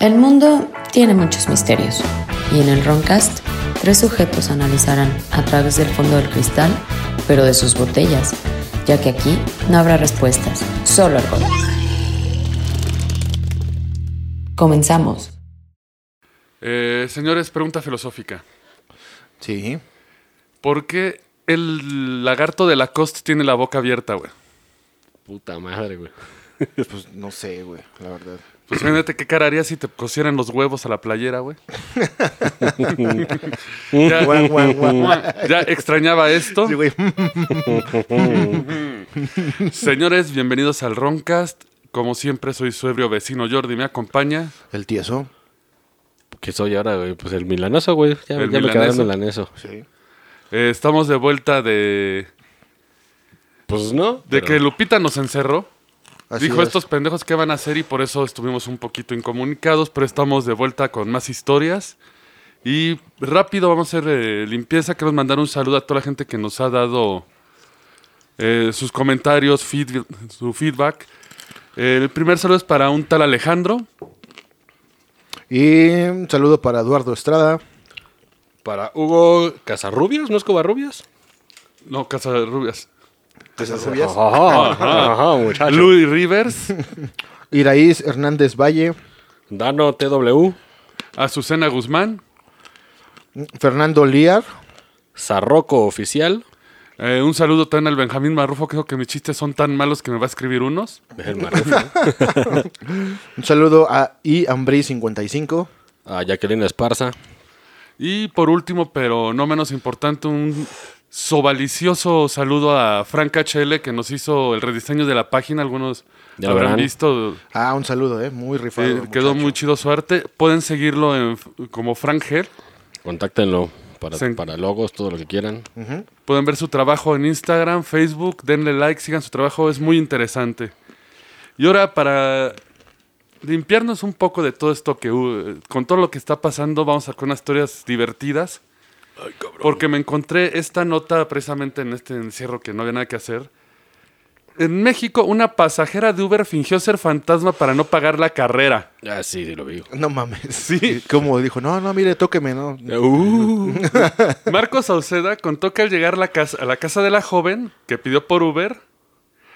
El mundo tiene muchos misterios y en el Roncast tres sujetos analizarán a través del fondo del cristal, pero de sus botellas, ya que aquí no habrá respuestas, solo alcohol. Comenzamos. Eh, señores, pregunta filosófica. Sí. ¿Por qué el lagarto de Lacoste tiene la boca abierta, güey? Puta madre, güey. Pues no sé, güey, la verdad. Pues imagínate qué cara harías si te cosieran los huevos a la playera, güey. ya, Guau, guau, guau. ya extrañaba esto. Sí, güey. Señores, bienvenidos al Roncast. Como siempre, soy su ebrio vecino Jordi. Me acompaña El tieso. ¿Qué soy ahora, güey? Pues el milanoso, güey. Ya, El ya me quedé milaneso. milaneso. Sí. Eh, estamos de vuelta de, Pues no. de que Lupita nos encerró. Así Dijo es. estos pendejos qué van a hacer y por eso estuvimos un poquito incomunicados, pero estamos de vuelta con más historias. Y rápido vamos a hacer eh, limpieza. Queremos mandar un saludo a toda la gente que nos ha dado eh, sus comentarios, feed- su feedback. Eh, el primer saludo es para un tal Alejandro. Y un saludo para Eduardo Estrada. Para Hugo Casarrubias, ¿no es Covarrubias? No, Casa de Rubias. Casarrubias. Ajá, ajá, ajá, muchacho. Luis Rivers. Iraíz Hernández Valle. Dano TW, Azucena Guzmán. Fernando Liar. Zarroco Oficial, Eh, un saludo también al Benjamín Marrufo, que dijo que mis chistes son tan malos que me va a escribir unos. el Marrufo, Un saludo a iambri55. a Jacqueline Esparza, Y por último, pero no menos importante, un sobalicioso saludo a Frank HL que nos hizo el rediseño de la página. Algunos Ya lo habrán verán. visto. Ah, un saludo, eh. Muy Eh, rifado. quedó muchacho. muy chido su arte. Pueden seguirlo en f- como Frank Gel. Contáctenlo para, Sí. para logos, todo lo que quieran. Pueden ver su trabajo en Instagram, Facebook. Denle like, sigan su trabajo. Es muy interesante. Y ahora, para limpiarnos un poco de todo esto que hubo, con todo lo que está pasando, vamos a con unas historias divertidas. Porque me encontré esta nota precisamente en este encierro que no había nada que hacer. En México, una pasajera de Uber fingió ser fantasma para no pagar la carrera. Ah, sí, sí lo digo. No mames. Sí. Como dijo, no, no, mire, tóqueme, no. Uh. Marcos Sauceda contó que al llegar la casa- a la casa de la joven que pidió por Uber,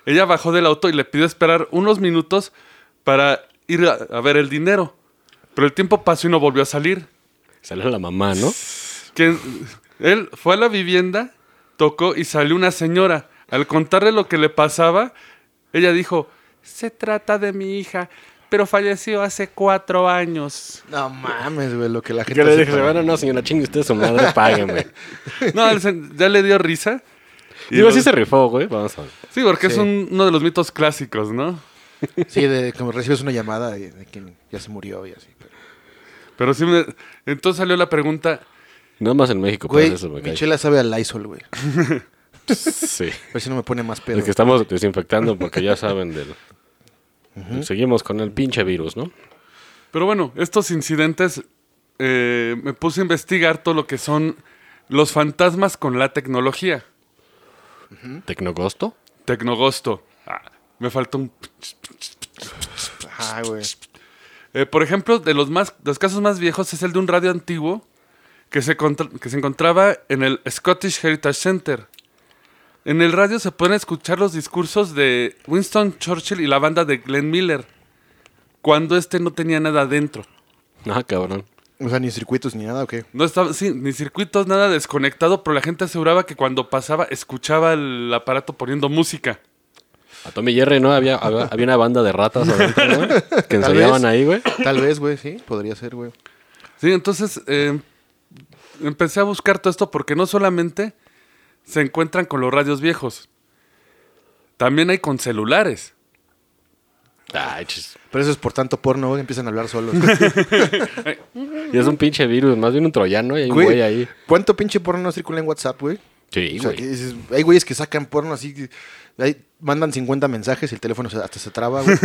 ella bajó del auto y le pidió esperar unos minutos para ir a, a ver el dinero. Pero el tiempo pasó y no volvió a salir. Sale la mamá, ¿no? Quien- él fue a la vivienda, tocó y salió una señora. Al contarle lo que le pasaba, ella dijo, se trata de mi hija, pero falleció hace cuatro años. No mames, güey, lo que la gente. Que le hace dije, para- bueno, no, señora, chingue usted su madre, páguenme. No, él se- ya le dio risa. Y Digo, lo- sí se rifó, güey. Vamos a ver. Sí, porque es Sí. un- uno de los mitos clásicos, ¿no? Sí, de como recibes una llamada de, de quien ya se murió y así. pero- Pero sí me- Entonces salió la pregunta, Nada más en México Güey, pasa eso, me cae. Michela sabe al Lysol, güey. Sí. A ver si no me pone más pedo. El que estamos desinfectando porque ya saben del... Seguimos con el pinche virus, ¿no? pero bueno, estos incidentes eh, me puse a investigar todo lo que son los fantasmas con la tecnología. Tecnogosto. Tecnogosto. Ah, me faltó un... Ajá, güey. Eh, por ejemplo, de los, más, de los casos más viejos es el de un radio antiguo que se, contra- que se encontraba en el Scottish Heritage Center. En el radio se pueden escuchar los discursos de Winston Churchill y la banda de Glenn Miller, cuando este no tenía nada adentro. Ah, cabrón. O sea, ni circuitos ni nada, ¿o qué? No estaba, sí, ni circuitos, nada desconectado, pero la gente aseguraba que cuando pasaba escuchaba el aparato poniendo música. A Tommy Jerry, ¿no? Había, había, había una banda de ratas adentro, güey, que Tal ensayaban vez. ahí, güey. Tal vez, güey, sí, podría ser, güey. Sí, entonces eh, empecé a buscar todo esto porque no solamente se encuentran con los radios viejos, también hay con celulares. Ay, chis. Pero eso es por tanto porno, güey, empiezan a hablar solos. Y es un pinche virus, más bien un troyano y hay un güey ahí. ¿Cuánto pinche porno no circula en WhatsApp, güey? Sí, O sea, güey. que dices, hay güeyes que sacan porno así, que- ahí mandan 50 mensajes y el teléfono se- hasta se traba, güey.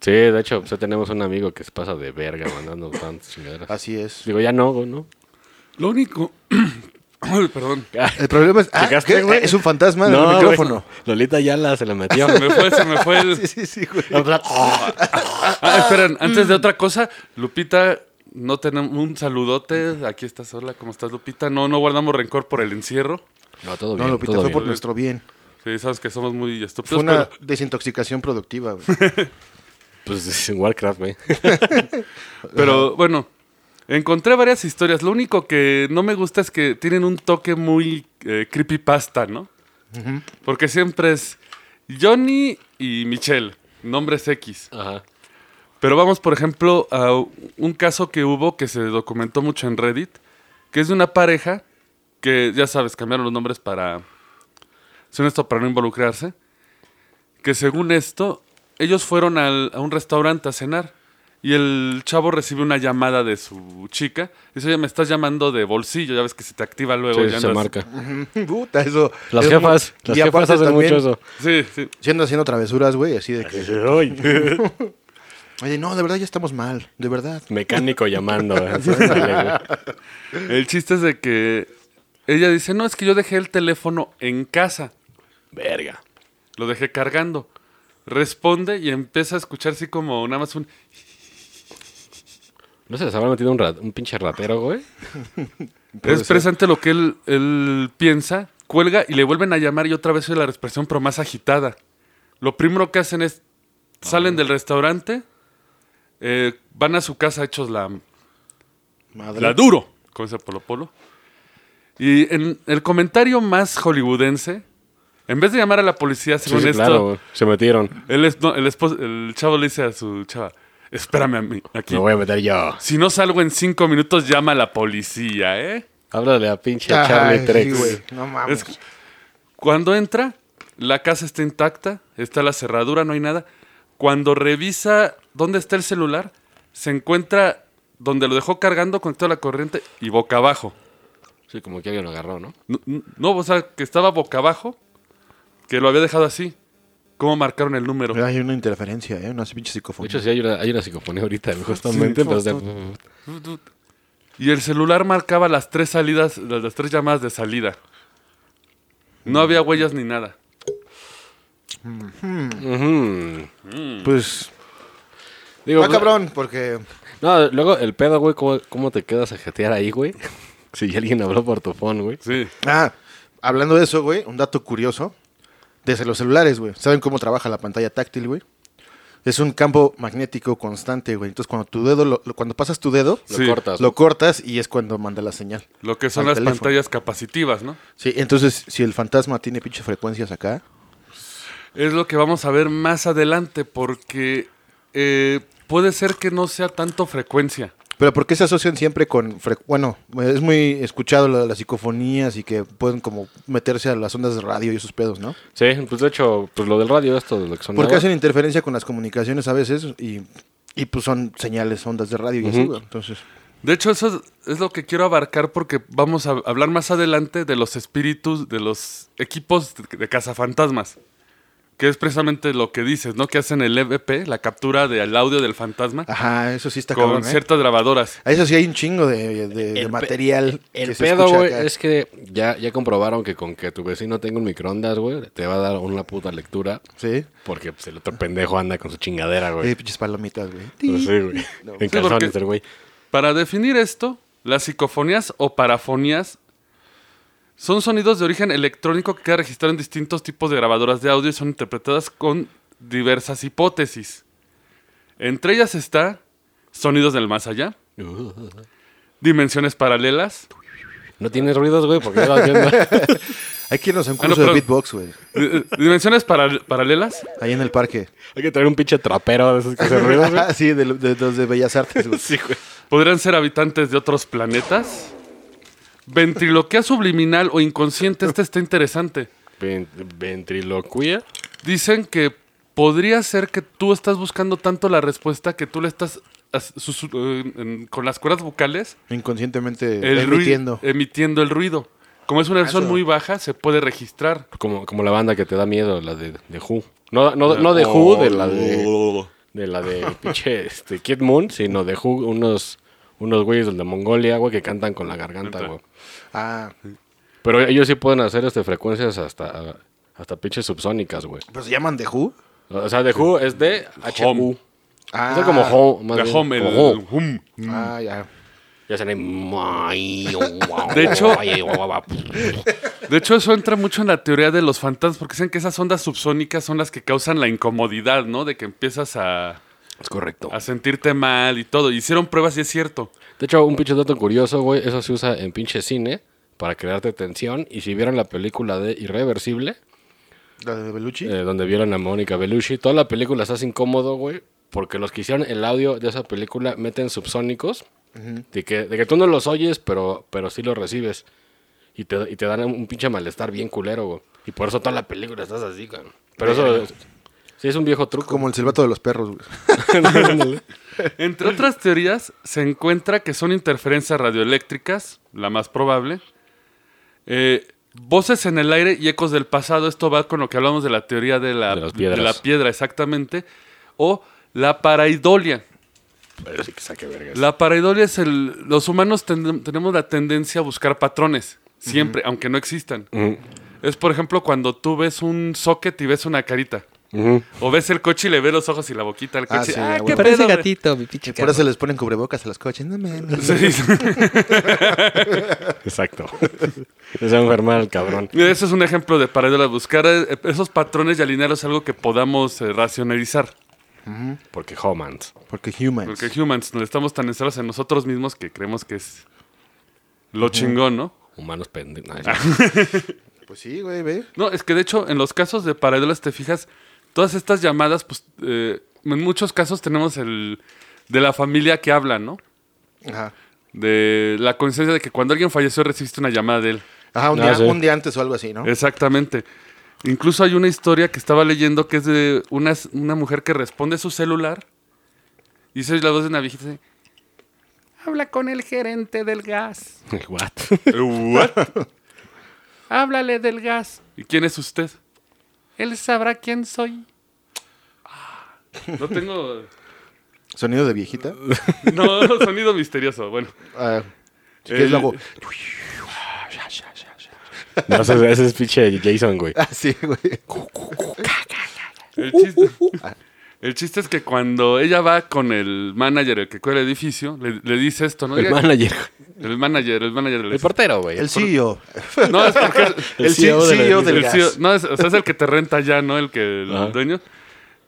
Sí, de hecho, pues, ya tenemos un amigo que se pasa Ah. de verga mandando tantas chingaderas. Así es. Digo, ya no, güey, ¿no? Lo único Ay, perdón. El problema es. ah, ¿Checaste, ¿qué? güey? Es un fantasma del güey, micrófono. Lolita Yala se la metió. Se me fue, se me fue el... Sí, sí, sí, güey. pues, Ah, esperen, antes de otra cosa, Lupita, no tenemos un saludote. Aquí estás sola, ¿cómo estás, Lupita? No, no guardamos rencor por el encierro. No, todo No, bien, Lupita, todo fue bien. por nuestro bien. Sí, sabes que somos muy Fue estúpidos. una pero- desintoxicación productiva, güey. Pues es en Warcraft, güey. Pero, bueno, encontré varias historias. Lo único que no me gusta es que tienen un toque muy eh, creepypasta, ¿no? Porque siempre es Johnny y Michelle, nombres X. Ajá. Pero vamos, por ejemplo, a un caso que hubo que se documentó mucho en Reddit, que es de una pareja que, ya sabes, cambiaron los nombres para. Son esto para no involucrarse. Que según esto, ellos fueron al- a un restaurante a cenar. Y el chavo recibe una llamada de su chica. Dice, oye, me estás llamando de bolsillo. Ya ves que se te activa luego. Sí, ya se andas- marca. Puta, eso. Las es jefas, muy- las y jefas aparte hacen también, mucho eso. Sí, sí. Siendo haciendo travesuras, güey, así de que. Ay, Oye, no, de verdad ya estamos mal, de verdad. Mecánico llamando. eh. Dale, güey. El chiste es de que ella dice, no, es que yo dejé el teléfono en casa. Verga. Lo dejé cargando. Responde y empieza a escuchar así como nada más un... ¿No se les habrá metido un, rat- un pinche ratero, güey? Es presente lo que él, él piensa, cuelga y le vuelven a llamar y otra vez oye la respiración pero más agitada. Lo primero que hacen es Ah. salen del restaurante, eh, van a su casa hechos la, Madre. la duro, con ese Polo Polo. Y en el comentario más hollywoodense, en vez de llamar a la policía, Sí, según sí, esto, claro, güey. se metieron. el, es- no, el esposo- el chavo le dice a su chava, espérame a mí, aquí. Me voy a meter yo. Si no salgo en cinco minutos, llama a la policía, ¿eh? Háblale a pinche Ay, Charlie sí, Trex. güey, no mames. Es- Cuando entra, la casa está intacta, está la cerradura, no hay nada. Cuando revisa dónde está el celular, se encuentra donde lo dejó cargando, conectado a la corriente y boca abajo. sí, como que alguien lo agarró, ¿no? No, no, o sea, que estaba boca abajo, que lo había dejado así. ¿Cómo marcaron el número? Hay una interferencia, ¿eh? Una pinche De psicofonía. hecho, sí hay una, hay una psicofonía ahorita, güey, justamente. Sí, pero es de- Y el celular marcaba las tres salidas, las, las tres llamadas de salida. No había huellas ni nada. Ujú. Pues. Digo, pues, ah, cabrón, porque. No, luego el pedo, güey, ¿cómo, cómo te quedas a jetear ahí, güey? Si ya alguien habló por tu phone, güey. Sí. Ah, hablando de eso, güey, un dato curioso. Desde los celulares, güey. ¿Saben cómo trabaja la pantalla táctil, güey? Es un campo magnético constante, güey. Entonces, cuando tu dedo, lo- lo- cuando pasas tu dedo, Lo Sí. cortas. lo cortas y es cuando manda la señal. Lo que son Al las teléfono. pantallas capacitivas, ¿no? Sí, entonces, si el fantasma tiene pinche frecuencias acá, Es lo que vamos a ver más adelante, porque eh, puede ser que no sea tanto frecuencia. Pero ¿por qué se asocian siempre con... fre- Bueno, es muy escuchado lo de las psicofonías y que pueden como meterse a las ondas de radio y esos pedos, ¿no? Sí, pues de hecho, pues lo del radio, esto de lo que Pues son. Porque ahora. hacen interferencia con las comunicaciones a veces y, y pues son señales, ondas de radio y así, Ujú. güey. Entonces, De hecho, eso es, es lo que quiero abarcar porque vamos a hablar más adelante de los espíritus, de los equipos de, de cazafantasmas. Que es precisamente lo que dices, ¿no? Que hacen el EVP, la captura del audio del fantasma, ajá, eso sí Ah, está con cabrón, ¿eh? ciertas grabadoras. A eso sí hay un chingo de, de- de pe- material. El que se pedo, escucha güey, acá. es que ya, ya comprobaron que con que tu vecino tenga un microondas, güey, te va a dar una puta lectura. Sí. Porque pues, el otro pendejo anda con su chingadera, Sí, güey. pinches palomitas, güey. Pues, sí, güey. En Sí, porque- calzones, el güey. Para definir esto, las psicofonías o parafonías son sonidos de origen electrónico que queda registrado en distintos tipos de grabadoras de audio y son interpretadas con diversas hipótesis. Entre ellas está sonidos del más allá, dimensiones paralelas, No tienes ruidos, güey, porque yo haciendo. Hay que irnos a un Ah, no, curso de pero- beatbox, güey. eh, eh, dimensiones para- paralelas, Ahí en el parque. Hay que traer un pinche trapero de esos que hacen ruidos, güey. sí, de, lo- de los de Bellas Artes, güey. Sí, güey. podrían ser habitantes de otros planetas, ventriloquía subliminal o inconsciente, este está interesante. Ven- ventriloquía. Dicen que podría ser que tú estás buscando tanto la respuesta que tú le estás as- susu- eh, en- con las cuerdas vocales Inconscientemente el ruido- Eh, emitiendo. emitiendo el ruido. Como es una versión muy baja, se puede registrar. Como, como la banda que te da miedo, la de, de Who. No, no, no de Who, de la Oh. de. De la de pinche este, Kid Moon, sino de Who, unos, unos güeyes de Mongolia, güey, que cantan con la garganta, Neta. güey. Ah, Pero ellos sí pueden hacer este, frecuencias hasta, hasta pinches subsónicas, güey. Pues se llaman The Who. O sea, de Who es de Home. HU. Es como Home, Oh, más The bien. Home, el, Como Home. el hum. Ah, ya. Ya oh, se De De hecho- De hecho, eso entra mucho en la teoría de los fantasmas, porque dicen que esas ondas subsónicas son las que causan la incomodidad, ¿no? De que empiezas a, es correcto. a sentirte mal y todo. Hicieron pruebas y es cierto. Ah, De hecho, un pinche dato curioso, güey, eso se usa en pinche cine para crearte tensión. Y si vieron la película de Irreversible, La de Belucci. eh, donde vieron a Mónica Bellucci, toda la película estás incómodo, güey, porque los que hicieron el audio de esa película meten subsónicos, de, que, de que tú no los oyes, pero, pero sí los recibes. Y te, y te dan un pinche malestar bien culero, güey. Y por eso toda la película estás así, güey. Pero eso es- sí es un viejo truco. Como el silbato de los perros, güey. Ándale. Entre otras teorías, se encuentra que son interferencias radioeléctricas, la más probable. eh, voces en el aire y ecos del pasado. Esto va con lo que hablamos de la teoría de la, De las piedras. la piedra, exactamente. O la paraidolia. Pero sí que saque vergas. La paraidolia es el. Los humanos ten- tenemos la tendencia a buscar patrones, siempre, aunque no existan. Ujú, Es, por ejemplo, cuando tú ves un socket y ves una carita. ujú. O ves el coche y le ves los ojos y la boquita al Ah, coche. sí, Ah, a qué huevo. Parece pedo, güey! gatito, mi pinche Por carro. eso les ponen cubrebocas a los coches. No mames. Sí. Exacto. Se va a enfermar el cabrón. Mira, Eso es un ejemplo de paraidolia. Buscar eh, esos patrones y alinearlos es algo que podamos eh, racionalizar. Porque Homans. Porque humans. Porque humans, nos estamos tan encerrados en nosotros mismos que creemos que es lo chingón, ¿no? Humanos pendejos. Pues sí, güey, ve. No, es que de hecho, en los casos de pareidolas, te fijas, todas estas llamadas, pues eh, en muchos casos tenemos el de la familia que habla, ¿no? Ajá. De la conciencia de que cuando alguien falleció recibiste una llamada de él. Ajá, un, Ah, día, sí. un día antes o algo así, ¿no? Exactamente. Incluso hay una historia que estaba leyendo que es de una, una mujer que responde su celular y se oye la voz de una viejita. así, Habla con el gerente del gas. What? Háblale del gas. ¿Y quién es usted? Él sabrá quién soy. Ah, No tengo. Sonido de viejita. No, sonido misterioso. Bueno, Ah, si quieres El- lo hago. No, ese, ese es pinche Jason, güey. Ah, sí, güey. el chiste, el chiste es que cuando ella va con el manager, el que cuida el edificio, le, le dice esto, ¿no? El Diga- manager. el manager, el manager del El portero, güey. El CEO. No, es porque el- El CEO, CEO E de la- del el gas. E CEO no, es, o sea, es el que te renta ya, ¿no? El que el Ajá. dueño.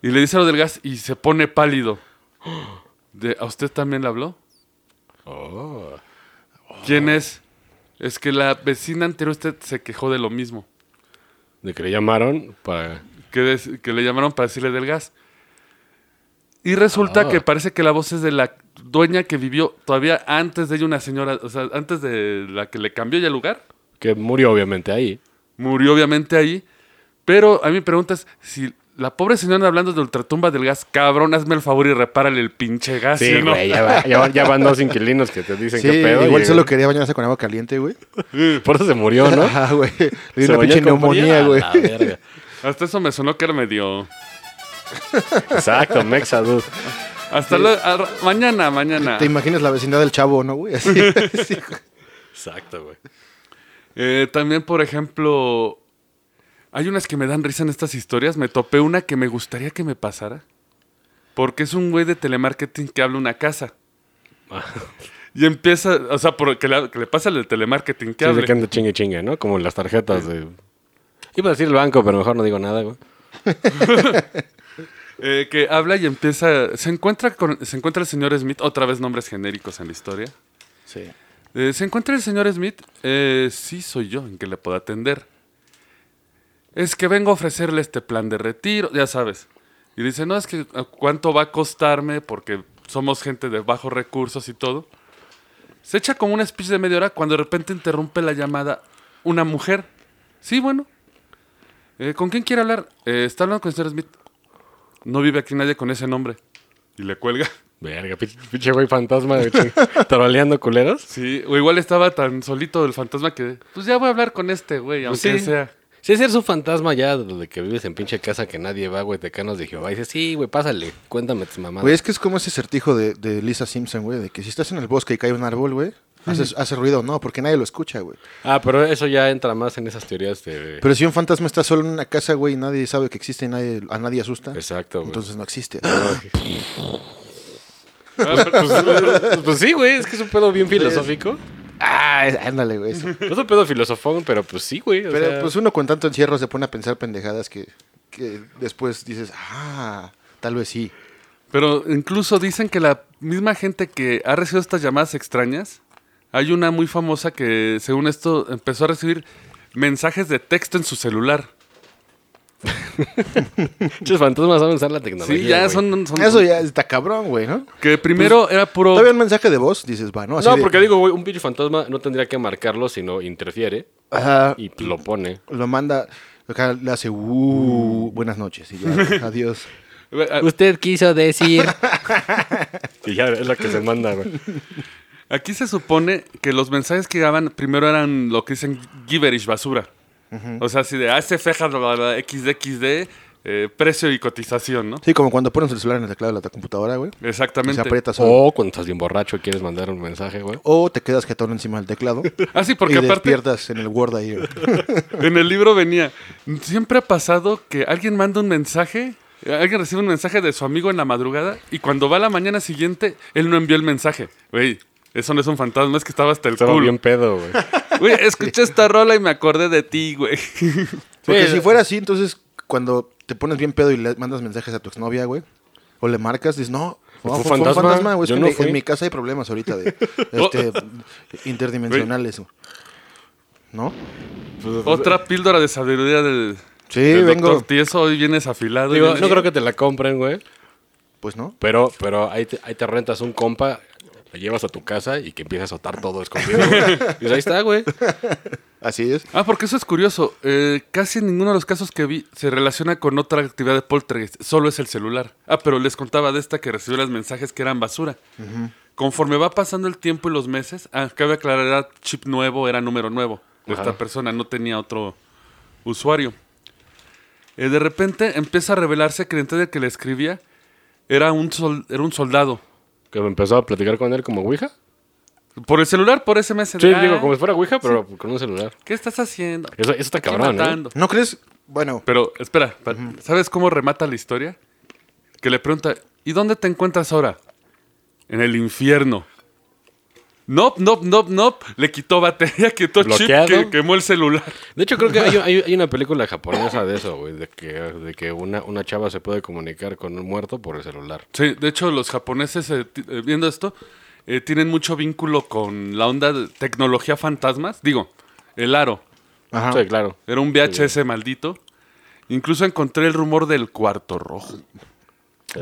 Y le dice lo del gas y se pone pálido. De, ¿A usted también le habló? ¿Quién es? Es que la vecina anterior usted se quejó de lo mismo. De que le llamaron para. Que, des- que le llamaron para decirle del gas. Y resulta Ah. que parece que la voz es de la dueña que vivió todavía antes de ella una señora, o sea, antes de la que le cambió ya el lugar. Que murió, obviamente, ahí. murió obviamente ahí. Pero a mí me preguntas si la pobre señora anda hablando de ultratumba del gas, cabrón, hazme el favor y repárale el pinche gas. Sí, ¿sí o no? güey. Ya, va- ya va- ya van dos inquilinos que te dicen Ah, Sí, qué pedo. igual y- solo quería bañarse con agua caliente, güey. Por eso se murió, ¿no? Ajá, güey. Le dio Se una bañó pinche con frío. neumonía, Ah, güey. la verga. Hasta eso me sonó que era medio. Exacto, Mexa, dude. Hasta la- a- mañana, mañana. Te imaginas la vecindad del chavo, ¿no, güey? Así. sí. Exacto, güey. Eh, también, por ejemplo, hay unas que me dan risa en estas historias. Me topé una que me gustaría que me pasara. Porque es un güey de telemarketing que habla una casa. Ah. Y empieza, o sea, por- que, le, que le pasa el de telemarketing que Sí, de hable. que anda chingue chingue, ¿no? Como las tarjetas de. Iba a decir el banco, pero mejor no digo nada, güey. Eh, que habla y empieza. Se encuentra, con, se encuentra el señor Smith, otra vez nombres genéricos en la historia. sí. Eh, se encuentra el señor Smith, eh, sí soy yo en que le puedo atender. Es que vengo a ofrecerle este plan de retiro, ya sabes. Y dice, no, es que ¿a cuánto va a costarme porque somos gente de bajos recursos y todo. Se echa como un speech de media hora cuando de repente interrumpe la llamada una mujer. Sí, bueno. Eh, ¿Con quién quiere hablar? "Eh, está hablando con el señor Smith. No vive aquí nadie con ese nombre. Y le cuelga. Verga, pinche pinche güey fantasma, güey. ching- Troleando culeros. Sí, o igual estaba tan solito el fantasma que, pues ya voy a hablar con este, güey, aunque Pues sí. sea. Si es ser su fantasma ya, de que vives en pinche casa que nadie va, güey, te canas de Jehová. Y dices, sí, güey, pásale, cuéntame tus mamadas. Güey, es que es como ese certijo de, de Lisa Simpson, güey, de que si estás en el bosque y cae un árbol, güey, hace, hace ruido, no, porque nadie lo escucha, güey. Ah, pero eso ya entra más en esas teorías de... Pero si un fantasma está solo en una casa, güey, y nadie sabe que existe y nadie, a nadie asusta, Exacto, güey. entonces no existe. Ah, Pues, pues sí, güey, es que es un pedo bien filosófico. ah, es- ándale, güey. eso. No es un pedo filosofón, pero pues sí, güey. o Pero sea, pues uno con tanto encierro se pone a pensar pendejadas que, que después dices, ah, tal vez sí. Pero incluso dicen que la misma gente que ha recibido estas llamadas extrañas, hay una muy famosa que, según esto, empezó a recibir mensajes de texto en su celular. muchos fantasmas saben usar la tecnología. Sí, ya güey. son, son- Eso pues, ya está cabrón, güey, ¿no? Que primero era puro... Todavía un mensaje de voz, dices, va, ¿no? Así No, de- porque digo, güey, un pinche fantasma no tendría que marcarlo si no interfiere Ajá. y lo pone. lo manda, acá le hace, uh, buenas noches, y ya, adiós. A- Pues, Usted quiso decir. y ya es lo que se manda, güey. Aquí se supone que los mensajes que llegaban primero eran lo que dicen gibberish, basura. O sea, así de hace fejas, bla, bla, bla, XDXD, eh, precio y cotización, ¿no? Sí, como cuando pones el celular en el teclado de la computadora, güey. y Se Exactamente. aprieta solo. O cuando estás bien borracho y quieres mandar un mensaje, güey. O te quedas jetón encima del teclado. Ah, sí, y porque aparte despiertas en el Word ahí. güey. en el libro venía, siempre ha pasado que alguien manda un mensaje, eh, alguien recibe un mensaje de su amigo en la madrugada y cuando va la mañana siguiente, él no envió el mensaje. Güey, eso no es un fantasma, es que estaba hasta el Estaba culo. bien pedo, güey. Güey, escuché esta rola y me acordé de ti, güey. Porque Sí, si fuera así, entonces cuando te pones bien pedo y le mandas mensajes a tu exnovia, güey, o le marcas, dices, no. Fue no, un fantasma, güey. Es yo que no en mi- fui. en mi casa hay problemas ahorita de este, interdimensionales. güey. ¿No? Otra píldora de sabiduría del... Sí, El vengo. Doctor Tieso hoy vienes afilado. Digo, vienes- no creo que te la compren, güey. Pues no. Pero, pero ahí, te, ahí te rentas un compa, lo llevas a tu casa y que empieza a azotar todo escondido. güey. Y dices, ahí está, ah, güey. Así es. Ah, porque eso es curioso. Eh, casi en ninguno de los casos que vi se relaciona con otra actividad de poltergeist. Solo es el celular. Ah, pero les contaba de esta que recibió los mensajes que eran basura. Conforme va pasando el tiempo y los meses, ah, cabe aclarar, era chip nuevo, era número nuevo. de Ajá. Esta persona no tenía otro usuario. Eh, de repente empieza a revelarse que dentro del que le escribía era un, sol- era un soldado. Que me empezó a platicar con él como Ouija. Por el celular, por SMS. Sí, Ah, digo, como si fuera Ouija, pero con un celular. ¿Qué estás haciendo? Eso, eso está Estoy cabrón, ¿eh? matando. ¿No crees? Bueno, Pero espera, pa- ¿sabes cómo remata la historia? Que le pregunta, ¿y dónde te encuentras ahora? En el infierno. No, no, no, no. Le quitó batería, quitó Bloqueado. chip, que quemó el celular. De hecho, creo que hay, hay- hay una película japonesa de eso, güey. De que, de que una, una chava se puede comunicar con un muerto por el celular. Sí, de hecho, los japoneses, eh, ti- eh, viendo esto, eh, tienen mucho vínculo con la onda de tecnología fantasmas. Digo, el aro. ajá. Sí, claro. Era un VHS maldito. Incluso encontré el rumor del cuarto rojo.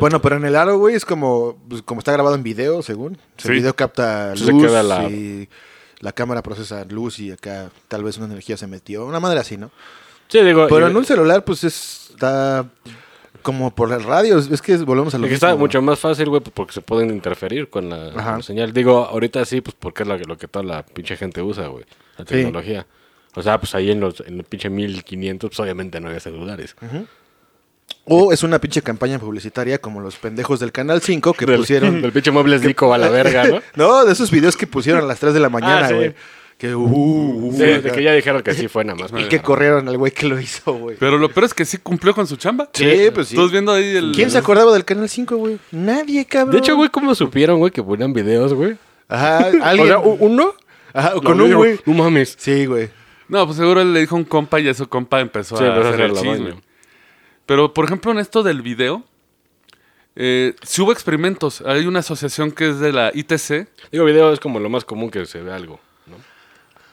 Bueno, pero en el aro, güey, es como, pues, como está grabado en video, según. Si El Sí. video capta Se luz queda la- y la cámara procesa luz y acá tal vez una energía se metió. Una madre así, ¿no? Sí, digo. Pero Ah, y- en un celular, pues es- está como por las radios. Es que volvemos a lo y que mismo. está güey. mucho más fácil, güey, pues, porque se pueden interferir con la, con Ajá. la señal. Digo, ahorita sí, pues porque es lo, que- lo que toda la pinche gente usa, güey. La Sí. tecnología. O sea, pues ahí en los, en los pinche 1500, pues obviamente no había celulares. O es una pinche campaña publicitaria como los pendejos del Canal 5 que Del- pusieron... Del pinche muebles Dico a la verga, ¿no? no, de esos videos que pusieron a las 3 de la mañana, Ah, sí. güey. Que... uh, uh, Sí, de que ya dijeron que sí fue nada más. Y que corrieron al güey que lo hizo, güey. Pero lo peor es que sí cumplió con su chamba. Sí, pues sí. Estás viendo ahí el. ¿Quién se acordaba del Canal 5, güey? Nadie, cabrón. De hecho, güey, ¿cómo supieron, güey, que ponían videos, güey? Ajá, alguien... O sea, u- uno. Ajá, lo con un vieron. güey. No mames. Sí, güey. No, pues seguro él le dijo a un compa y su compa empezó Sí, a empezó a hacer el hacer la chisme. baño. Pero, por ejemplo, en esto del video, eh, sí hubo experimentos. Hay una asociación que es de la ITC. eh, Digo, video es como lo más común que se ve algo.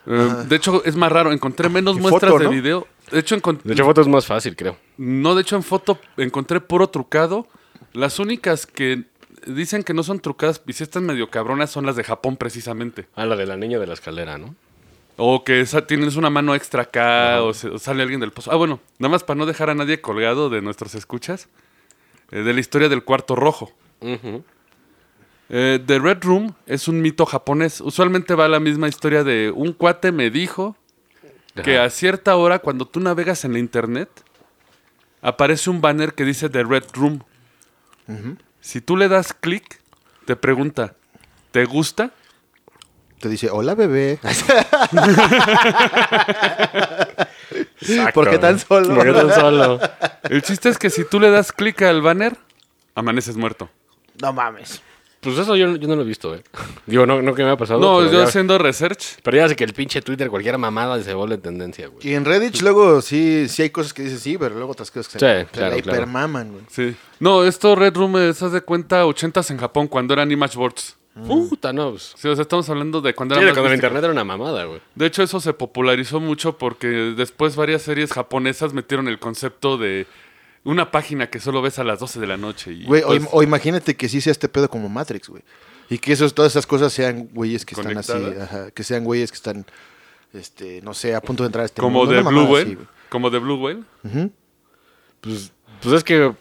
¿no? de hecho, es más raro. Ah, Encontré menos Y muestras foto, de ¿no? video. De hecho, encont- De hecho, foto es más fácil, creo. no, de hecho, en foto encontré puro trucado. Las únicas que dicen que no son trucadas y si están medio cabronas son las de Japón, precisamente. Ah, la de la niña de la escalera, ¿no? O que sa- tienes una mano extra acá, o, se- o sale alguien del pozo. Ah, bueno, nada más para no dejar a nadie colgado de nuestros escuchas, eh, de la historia del cuarto rojo. Eh, The Red Room es un mito japonés. Usualmente va la misma historia de un cuate me dijo que Ajá. a cierta hora, cuando tú navegas en la internet, aparece un banner que dice The Red Room. Si tú le das clic, te pregunta, ¿te gusta? te dice, hola bebé. Exacto, ¿Por qué tan güey. solo? ¿Por qué tan solo? El chiste es que si tú le das clic al banner, amaneces muerto. No mames. Pues eso yo, yo no lo he visto, eh. Digo, no, no que me haya pasado. No, pero yo ya- haciendo research. Pero ya sé que el pinche Twitter, cualquier mamada se vuelve tendencia, güey. Y en Reddit luego sí, sí hay cosas que dices sí, pero luego otras cosas que Sí, se, se claro, la claro. hipermaman, güey. Sí. No, esto Red Room es, haz de cuenta, 80s en Japón, cuando eran image boards. Ah. Puta, no. pues. Sí, o sea, estamos hablando de cuando Sí, era de más cuando el místico. internet era una mamada, güey. De hecho, eso se popularizó mucho porque después varias series japonesas metieron el concepto de una página que solo ves a las 12 de la noche. Y Güey, o, pues, im- o imagínate que sí sea este pedo como Matrix, güey. Y que esos, todas esas cosas sean güeyes que están así, Conectadas. ajá, que sean güeyes que están, este, no sé, a punto de entrar a este como mundo, de una Blue mamada Whale. así, güey. como de Blue Whale. Pues, pues es que.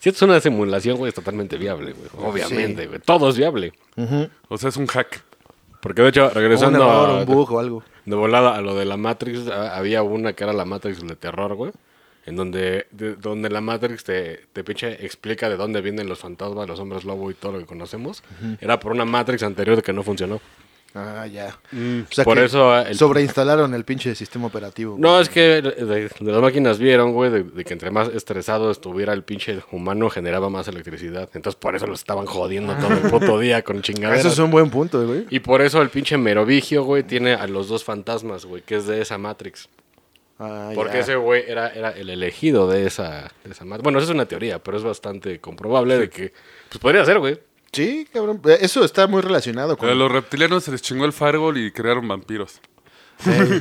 Si esto es una simulación, güey, es totalmente viable, güey. Obviamente, güey. Todo es viable. O sea, es un hack. Porque de hecho, O un regresando error, a- un bug o algo. de volada a lo de la Matrix, a- había una que era la Matrix de terror, güey. En donde, de- donde la Matrix te, te pinche explica de dónde vienen los fantasmas, los hombres lobo y todo lo que conocemos. Era por una Matrix anterior que no funcionó. Ah, ya. por eso, eh, el- sobreinstalaron el pinche sistema operativo. güey. No, es que de, de las máquinas vieron, güey, de, de que entre más estresado estuviera el pinche humano, generaba más electricidad. Entonces, por eso lo estaban jodiendo todo el puto día con chingaderas. Ah. Eso es un buen punto, güey. Y por eso el pinche Merovigio, güey, tiene a los dos fantasmas, güey, que es de esa Matrix. Ah, Porque ya. ese güey era, era el elegido de esa, de esa Matrix. Bueno, esa es una teoría, pero es bastante comprobable de que... Pues podría ser, güey. Sí, cabrón. Eh, Eso está muy relacionado A con... los reptilianos se les chingó el firewall y crearon vampiros.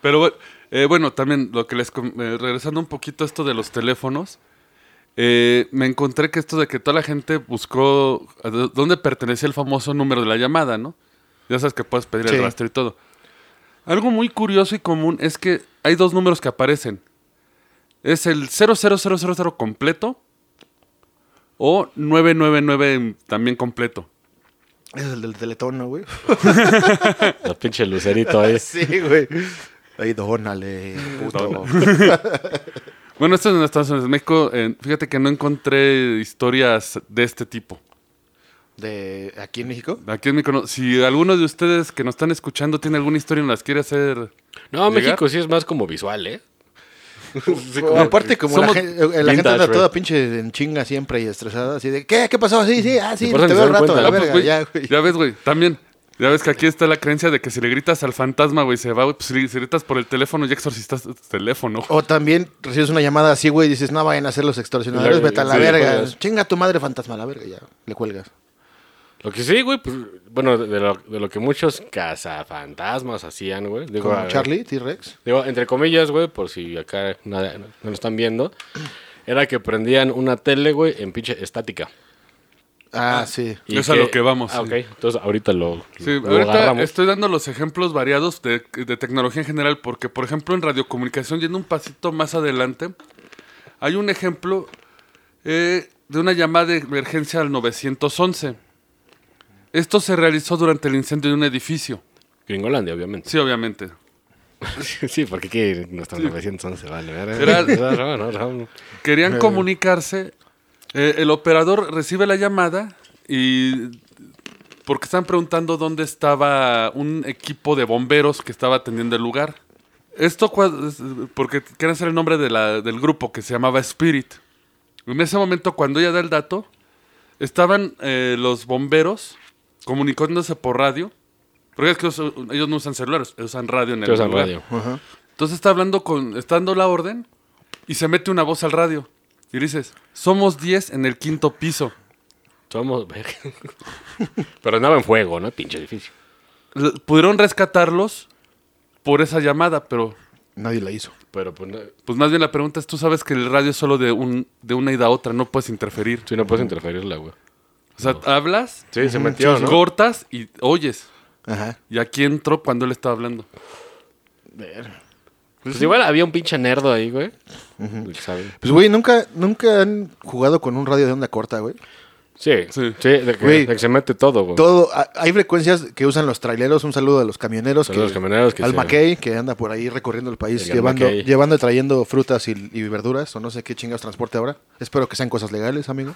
Pero bueno, eh, bueno, también lo que les... com- eh, regresando un poquito a esto de los teléfonos, eh, me encontré que esto de que toda la gente buscó a dó- dónde pertenecía el famoso número de la llamada, ¿no? Ya sabes que puedes pedir Sí. el rastro y todo. Algo muy curioso y común es que hay dos números que aparecen. Es el 00000 completo o 999 también completo. Es el del teletono, güey. La pinche lucerito ahí. sí, güey. Ahí, dónale, puto. Bueno, esto es en Estados Unidos. En México, eh, fíjate que no encontré historias de este tipo. De aquí en México. Aquí en México, no. si alguno de ustedes que nos están escuchando tiene alguna historia y nos las quiere hacer. No, ¿Llegar? México sí es más como visual, ¿eh? O aparte, como la somos gente, eh, la gente vintage, anda güey. toda pinche en chinga siempre y estresada, así de, ¿qué? ¿Qué pasó? Sí, sí, ah, sí, Y te por eso ni veo se al dan rato, a la cuenta. Ah, pues, verga, güey, ya, güey. ves, güey, también. Ya ves que aquí está la creencia de que si le gritas al fantasma, güey, se va, güey. Pues, si le- si gritas por el teléfono, ya exorcistas tu teléfono. O también recibes una llamada así, güey, y dices, no vayan a ser los extorsionadores, Sí, vete a la sí, pues. verga. cuelgas. Chinga tu madre fantasma, a la verga, ya. Le cuelgas. Lo que sí, güey, pues, bueno, de, de lo, de lo que muchos cazafantasmas hacían, güey. Digo, a- Con Charlie, T-Rex. Digo, entre comillas, güey, por si acá nada- no lo están viendo, era que prendían una tele, güey, en pinche estática. Ah, sí. Es a lo que vamos, Ah, sí. ok. Entonces, ahorita lo, Sí, lo ahorita agarramos. estoy dando los ejemplos variados de, de tecnología en general, porque por ejemplo en radiocomunicación, yendo un pasito más adelante, hay un ejemplo eh, de una llamada de emergencia al 911. Esto se realizó durante el incendio de un edificio. Gringolandia, obviamente. Sí, obviamente. sí, porque aquí nuestro 911 vale. Era- ¿verdad? No, no, no. Querían comunicarse. eh, el operador recibe la llamada y. Porque están preguntando dónde estaba un equipo de bomberos que estaba atendiendo el lugar. Esto cua- es- porque quieren ser el nombre de la- del grupo que se llamaba Spirit. En ese momento, cuando ella da el dato, estaban eh, los bomberos comunicándose por radio. Porque es que ellos, ellos no usan celulares, usan radio en el Yo uso lugar. radio. Ajá. Entonces está hablando con. Está dando la orden y se mete una voz al radio. Y le dices, somos 10 en el quinto piso. Somos... Pero andaba en fuego, ¿no? Pinche edificio. L- Pudieron rescatarlos por esa llamada, pero. Nadie la hizo. Pero pues no, Pues más bien la pregunta es, tú sabes que el radio es solo de, un, de una ida a otra, no puedes interferir. sí, no puedes interferirla, güey. O sea, hablas, Sí, se metió, ¿no? cortas y oyes. Ajá. Y aquí entró cuando él estaba hablando. Pues igual había un pinche nerdo ahí, güey. ¿Sabe? Pues, güey, ¿nunca, nunca han jugado con un radio de onda corta, güey. Sí, Sí. sí, de que, Güey. de que se mete todo, güey. Todo, a- hay frecuencias que usan los traileros. Un saludo a los camioneros. Saludos a los camioneros que al se- Mackey, que anda por ahí recorriendo el país, El llevando, Mackey. llevando y trayendo frutas y, y verduras, o no sé qué chingados transporte ahora. Espero que sean cosas legales, amigo.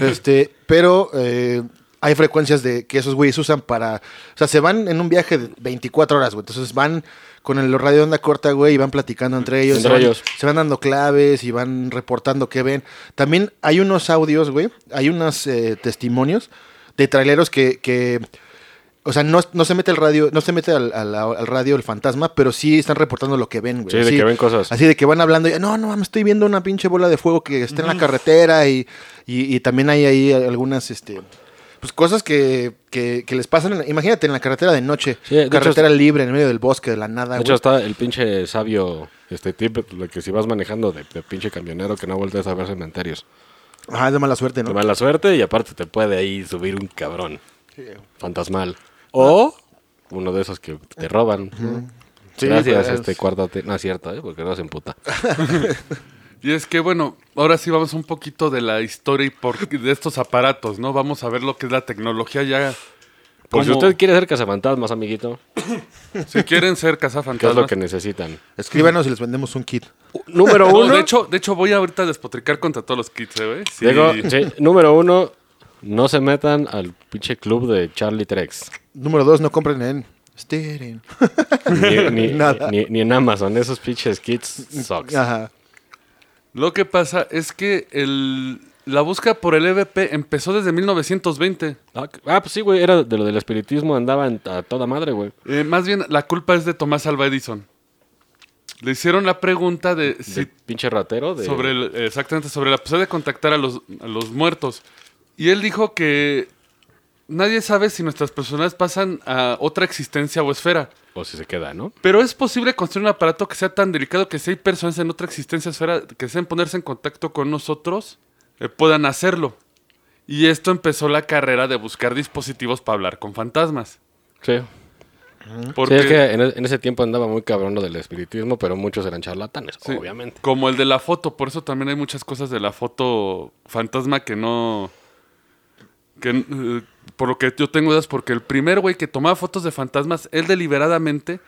este, pero eh, hay frecuencias de que esos güeyes usan para. O sea, se van en un viaje de 24 horas, güey. Entonces van con el radio de onda corta, güey, y van platicando entre ellos. Entre se van- ellos. Se van dando claves y van reportando qué ven. También hay unos audios, güey. Hay unos eh, testimonios de traileros que. que o sea, no, no se mete el radio, no se mete al, al- al radio el fantasma, pero sí están reportando lo que ven, güey. Sí, de Así- que ven cosas. Así de que van hablando y, no, no, me estoy viendo una pinche bola de fuego que está Mm. en la carretera y, y- y también hay ahí algunas, este, pues cosas que, que- que les pasan, en la- imagínate, en la carretera de noche, Sí, de hecho, carretera libre, en medio del bosque, de la nada, De güey. hecho, está el pinche sabio este tip, lo que si vas manejando de, de pinche camionero que no voltees a ver cementerios. Ajá, Ah, es de mala suerte, Te ¿no? mala suerte y aparte te puede ahí subir un cabrón fantasmal. O uno de esos que te roban. Sí, Gracias, pues. este cuártate. No es cierto, ¿eh? porque no hacen puta. Y es que, bueno, ahora sí vamos un poquito de la historia y por qué de estos aparatos, ¿no? Vamos a ver lo que es la tecnología ya. Pues si Como- usted quiere ser cazafantasmas, amiguito, Si quieren ser ¿qué es cazafantasmas. lo que necesitan? Escríbanos y les vendemos un kit. Número Ah, No, uno. de, hecho, de hecho, voy ahorita a despotricar contra todos los kits, ¿eh, güey. Sí. Diego, sí, número uno, no se metan al pinche club de Charlie Trex. Número dos, no compren en Steren. Ni, ni- Nada. ni- ni en Amazon. Esos pinches kits sucks. Ajá. Lo que pasa es que el- la búsqueda por el EVP empezó desde 1920. Ah, c- ah, pues sí, güey, era de lo del espiritismo, andaban a toda madre, güey. Eh, más bien, la culpa es de Tomás Alva Edison. Le hicieron la pregunta de si De pinche ratero. De... sobre el- exactamente sobre la posibilidad de contactar a los, a los muertos. Y él dijo que nadie sabe si nuestras personas pasan a otra existencia o esfera. O si se queda, ¿no? Pero es posible construir un aparato que sea tan delicado que si hay personas en otra existencia esfera que deseen ponerse en contacto con nosotros, eh, puedan hacerlo. Y esto empezó la carrera de buscar dispositivos para hablar con fantasmas. Sí. Sí, Porque, es que en, e- en ese tiempo andaba muy cabrón lo del espiritismo, pero muchos eran charlatanes, sí, obviamente. Como el de la foto, por eso también hay muchas cosas de la foto fantasma que no... Que, eh, por lo que yo tengo dudas, porque el primer güey que tomaba fotos de fantasmas, él deliberadamente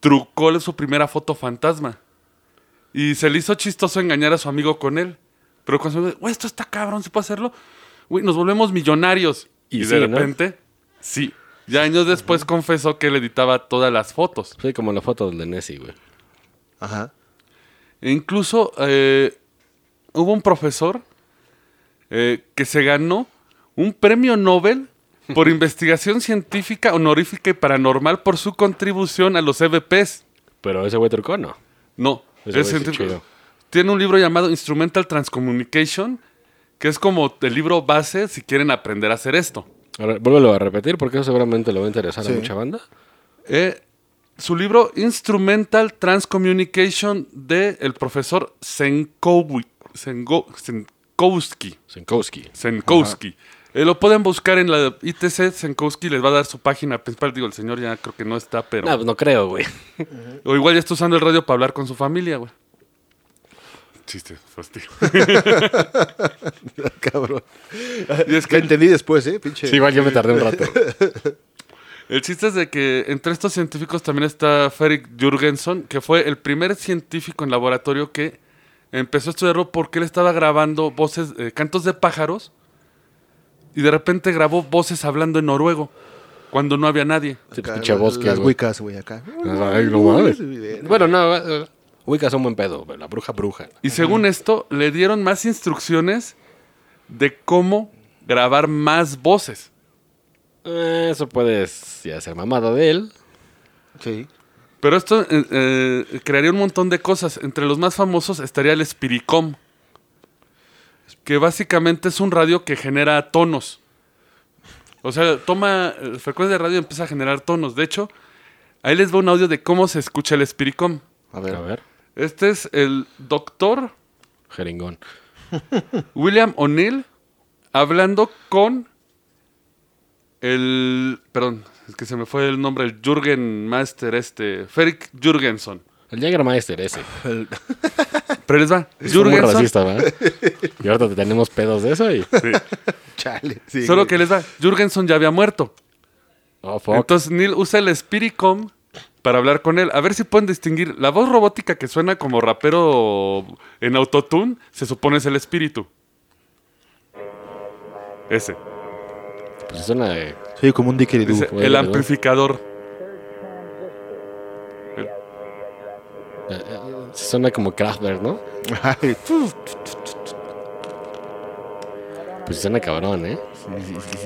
trucó su primera foto fantasma. Y se le hizo chistoso engañar a su amigo con él. Pero cuando se dijo, güey, esto está cabrón, ¿se puede hacerlo? Güey, nos volvemos millonarios. Y Y, sí, de ¿no? repente, sí. Ya años después confesó que él editaba todas las fotos. Sí, como la foto del de Nessie, güey. Ajá. E incluso eh, hubo un profesor eh, que se ganó un premio Nobel por investigación científica, honorífica y paranormal por su contribución a los EVPs. Pero ese güey trucó, ¿no? No, Ese güey es sí científico. chido. Tiene un libro llamado Instrumental Transcommunication, que es como el libro base si quieren aprender a hacer esto. Ahora, vuélvelo a repetir porque eso seguramente le va a interesar Sí. a mucha banda. Eh, su libro Instrumental Transcommunication de el profesor Senkowi- Sengo- Senkowski. Sinkowski. Senkowski. Eh, lo pueden buscar en la ITC. Senkowski les va a dar su página principal. Digo, el señor ya creo que no está, pero. No, pues no creo, güey. O igual ya está usando el radio para hablar con su familia, güey. Chiste, fastidio. Cabrón. y es Que que entendí después, ¿eh? Pinche. Sí, pues, igual yo me tardé un rato. el chiste es de que entre estos científicos también está Fredrik Jürgensen, que fue el primer científico en laboratorio que empezó a estudiarlo porque él estaba grabando voces, eh, cantos de pájaros, y de repente grabó voces hablando en noruego, cuando no había nadie. Sí, Acá, pinche bosque, Las güey. wicas, pues, güey, acá. Ay, no mames. Bueno, no. eh, Wiccas son buen pedo, güey, la bruja bruja. Y según esto, le dieron más instrucciones de cómo grabar más voces. Eh, Eso puedes ya ser mamada de él. Sí. Pero esto eh, eh, crearía un montón de cosas. Entre los más famosos estaría el Spiricom, que básicamente es un radio que genera tonos. O sea, toma eh, frecuencia de radio y empieza a generar tonos. De hecho, ahí les va un audio de cómo se escucha el Spiricom. A ver. A ver. Este es el doctor Jeringón. William O'Neill hablando con el. Perdón, es que se me fue el nombre, el Jürgen Master, este. Ferik Jürgensen. El Jägermeister ese. Pero les va. Es muy Jürgensen. racista, ¿verdad? Y ahorita te tenemos pedos de eso y... Chale. Sí, Solo güey. que les va. Jürgensen ya había muerto. Oh, fuck. Entonces Neil usa el Spiricom para hablar con él. A ver si pueden distinguir. La voz robótica que suena como rapero en autotune se supone es el espíritu. Ese. Pues es una de... Soy como un dickeridoo. Dice, güey, el ¿verdad? amplificador. Suena como Kraftwerk, ¿no? Ay, Pues suena cabrón, ¿eh?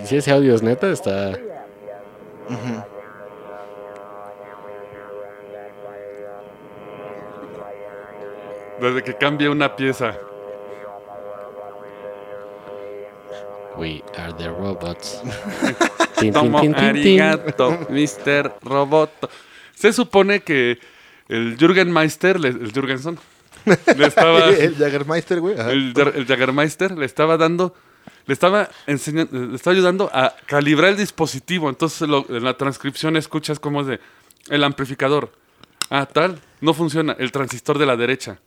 Si, si ese audio es neta, está... Desde que cambie una pieza. We are the robots. Tin, tin, Tomo tin, tin, tin. arigato, Mr. Roboto. Se supone que el Jürgen Meister, le- el Jürgenson, le estaba, el Jaggermeister, güey. ajá. el, Jar- el Jagermeister le estaba dando, le estaba enseñando, le estaba ayudando a calibrar el dispositivo. Entonces lo- en la transcripción escuchas cómo es de el amplificador. Ah, tal, no funciona, el transistor de la derecha.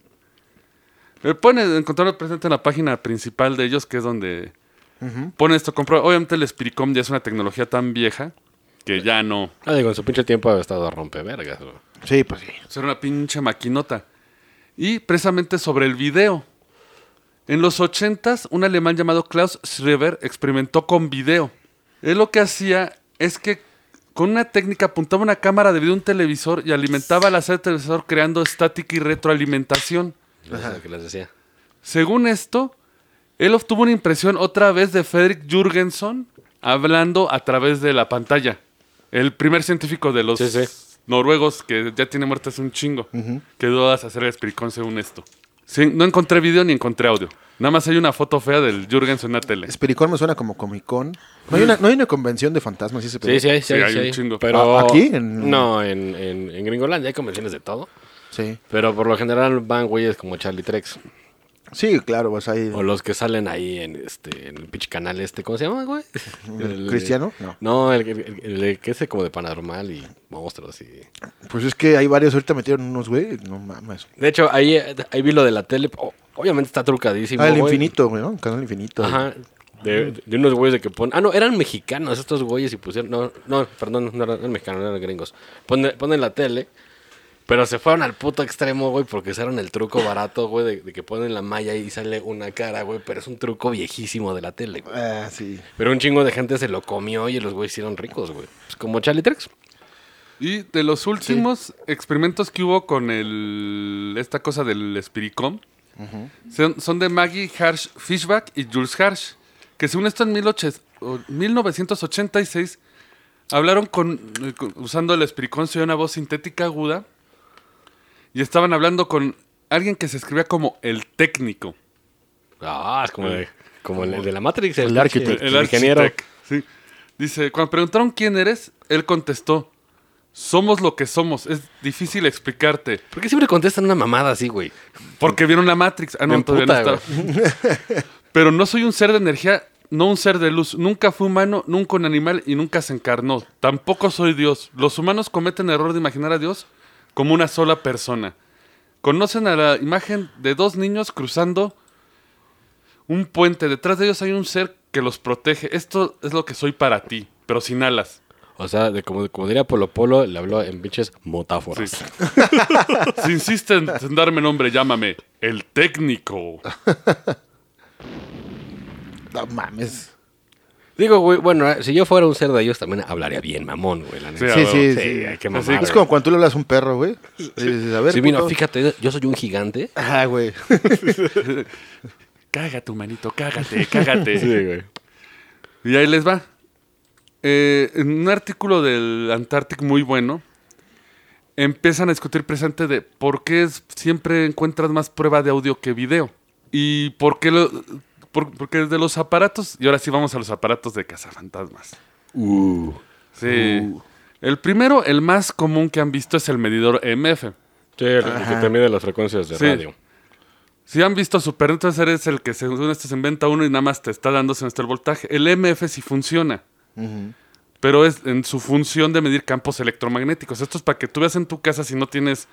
Me pone encontrarlo presente en la página principal de ellos, que es donde pone esto, comprueba. Obviamente el Spiricom ya es una tecnología tan vieja que ya no. Ah, digo, en su pinche tiempo ha estado a rompevergas, güey. Sí, pues sí. Eso era una pinche maquinota. Y precisamente sobre el video. En los 80s, un alemán llamado Klaus Schreiber experimentó con video. Él lo que hacía es que con una técnica apuntaba una cámara de video a un televisor y alimentaba al hacer el televisor creando estática y retroalimentación. Es lo que les decía. Según esto, él obtuvo una impresión otra vez de Fredrik Jürgensen hablando a través de la pantalla. El primer científico de los Sí, sí. noruegos que ya tiene muertas un chingo. Que dudas hacer el espiricón según esto. Sí, no encontré video ni encontré audio. Nada más hay una foto fea del Jürgensen en la tele. Spiricón me suena como Comic Con. ¿No hay, una, no hay una convención de fantasmas, sí, ese pedo? Sí, sí, hay, sí, Sí, hay, hay sí un hay. chingo. Pero ¿A- aquí? En- No, en, en, en Gringolandia hay convenciones de todo. Sí. Pero por lo general van güeyes como Charlie Trex. Sí, claro, pues ahí. O los que salen ahí en este en el pinche canal este. ¿Cómo se llama, güey? El- ¿Cristiano? No, No. el, el- el- el que es como de paranormal y monstruos y... Pues es que hay varios, ahorita metieron unos, güey. No mames. De hecho, ahí, eh, ahí vi lo de la tele. O- obviamente está trucadísimo, Ah, el güey. infinito, güey, ¿no? Canal infinito. Ajá. De, de unos güeyes de que ponen. Ah, no, eran mexicanos estos güeyes y pusieron. No, no, perdón, no eran, eran mexicanos, eran gringos. Ponen, ponen la tele, pero se fueron al puto extremo, güey, porque usaron el truco barato, güey, de, de que ponen la malla y sale una cara, güey, pero es un truco viejísimo de la tele, güey. Ah, sí. Pero un chingo de gente se lo comió y los güeyes hicieron ricos, güey. Pues como Charlie Trex. Y de los últimos experimentos que hubo con el, esta cosa del Spiricom, son, son de Maggie Harsh Fishback y Jules Harsh, que según esto en 18 o 1986 hablaron con, eh, con- usando el Spiricom, se oyó una voz sintética aguda y estaban hablando con alguien que se escribía como el técnico. Ah, es como, de- como el, el de la Matrix. El pinche- arquitecto. El, ingeniero. architect, sí. Dice, cuando preguntaron quién eres, él contestó, somos lo que somos, es difícil explicarte. ¿Por qué siempre contestan una mamada así, güey? Porque vieron la Matrix. Ah, no, Me todavía no emputa, estaba. Pero no soy un ser de energía, no un ser de luz. Nunca fui humano, nunca un animal y nunca se encarnó. Tampoco soy Dios. Los humanos cometen el error de imaginar a Dios como una sola persona. Conocen a la imagen de dos niños cruzando un puente. Detrás de ellos hay un ser que los protege. Esto es lo que soy para ti, pero sin alas. O sea, de como, como diría Polo Polo, le habló en pinches metáforas. Sí. Si insisten en darme nombre, llámame el técnico. No mames. Digo, güey, bueno, eh, si yo fuera un ser de ellos también hablaría bien mamón, güey, la neta. Sí, Sí, ah, sí, huevo. sí. Sí, hay que mamar, Sí, es güey. como cuando tú le hablas a un perro, güey. Le dices, a ver, Sí, vino, puto. fíjate, yo soy un gigante. Ah, güey. Cágate, humanito, cágate, cágate. güey. Y ahí les va. Eh, en un artículo del Antarctic muy bueno, empiezan a discutir presente de por qué es- siempre encuentras más prueba de audio que video. Y por qué lo- por- porque de los aparatos, y ahora sí vamos a los aparatos de cazafantasmas. Uh. Sí. El primero, el más común que han visto es el medidor MF. Sí, el que te mide las frecuencias de Sí. radio. Si han visto Super Nintendo, es el que según esto se inventa uno y nada más te está dando sin estar el voltaje. El MF sí funciona. Pero es en su función de medir campos electromagnéticos. Esto es para que tú veas en tu casa si no tienes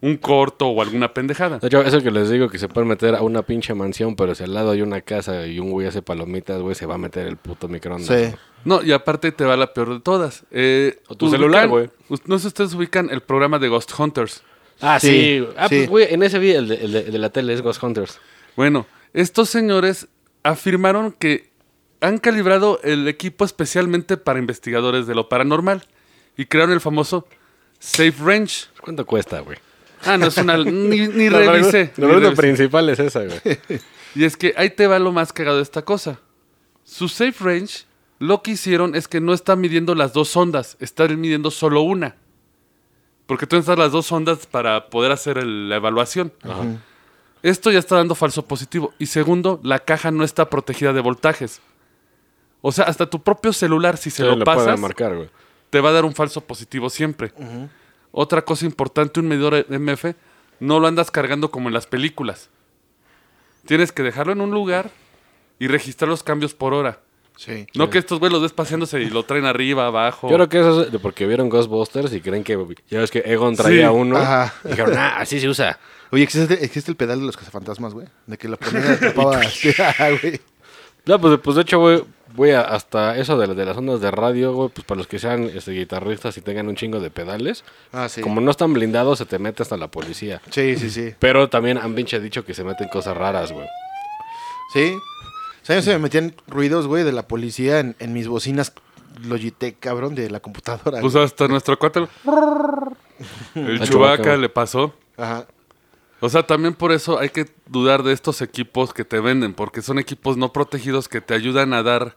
un corto o alguna pendejada. De hecho, eso que les digo, que se pueden meter a una pinche mansión, pero si al lado hay una casa y un güey hace palomitas, güey, se va a meter el puto microondas. Sí. No, y aparte te va la peor de todas. Eh, O tu celular, güey. us- No sé si ustedes ubican el programa de Ghost Hunters. Ah, sí. Sí, Ah, sí. pues, güey, en ese vi el de, el de- el de la tele es Ghost Hunters. Bueno, estos señores afirmaron que han calibrado el equipo especialmente para investigadores de lo paranormal y crearon el famoso Safe Range. ¿Cuánto cuesta, güey? Ah, no es una. Ni, ni La revisé. pregunta- ni La pregunta revisé. principal es esa, güey. Y es que ahí te va lo más cagado de esta cosa. Su safe range, lo que hicieron es que no está midiendo las dos ondas, está midiendo solo una. Porque tú necesitas las dos ondas para poder hacer el- la evaluación. Esto ya está dando falso positivo. Y segundo, la caja no está protegida de voltajes. O sea, hasta tu propio celular, si se Sí, lo, lo pueden pasas, marcar, güey. te va a dar un falso positivo siempre. Otra cosa importante, un medidor MF, no lo andas cargando como en las películas. Tienes que dejarlo en un lugar y registrar los cambios por hora. Sí. No que estos güeyes los ves paseándose y lo traen arriba, abajo. Yo creo que eso es de porque vieron Ghostbusters y creen que. Ya ves que Egon traía Sí, uno. ajá. Y dijeron, ah, así se usa. Oye, ¿existe, existe el pedal de los cazafantasmas, güey. De que la ponía tapaba. Sí, ah, güey. No, pues, pues de hecho, güey, voy a- hasta eso de, la- de las ondas de radio, güey, pues para los que sean este, guitarristas y tengan un chingo de pedales, Ah, sí. como no están blindados, se te mete hasta la policía. Sí, sí, sí. Pero también han pinche dicho que se meten cosas raras, güey. Sí. O sea, a mí se me metían ruidos, güey, de la policía en, en mis bocinas Logitech, cabrón, de la computadora. Pues güey. hasta nuestro cuate. El Al chubaca Chewbacca. le pasó. ah, Ajá. O sea, también por eso hay que dudar de estos equipos que te venden, porque son equipos no protegidos que te ayudan a dar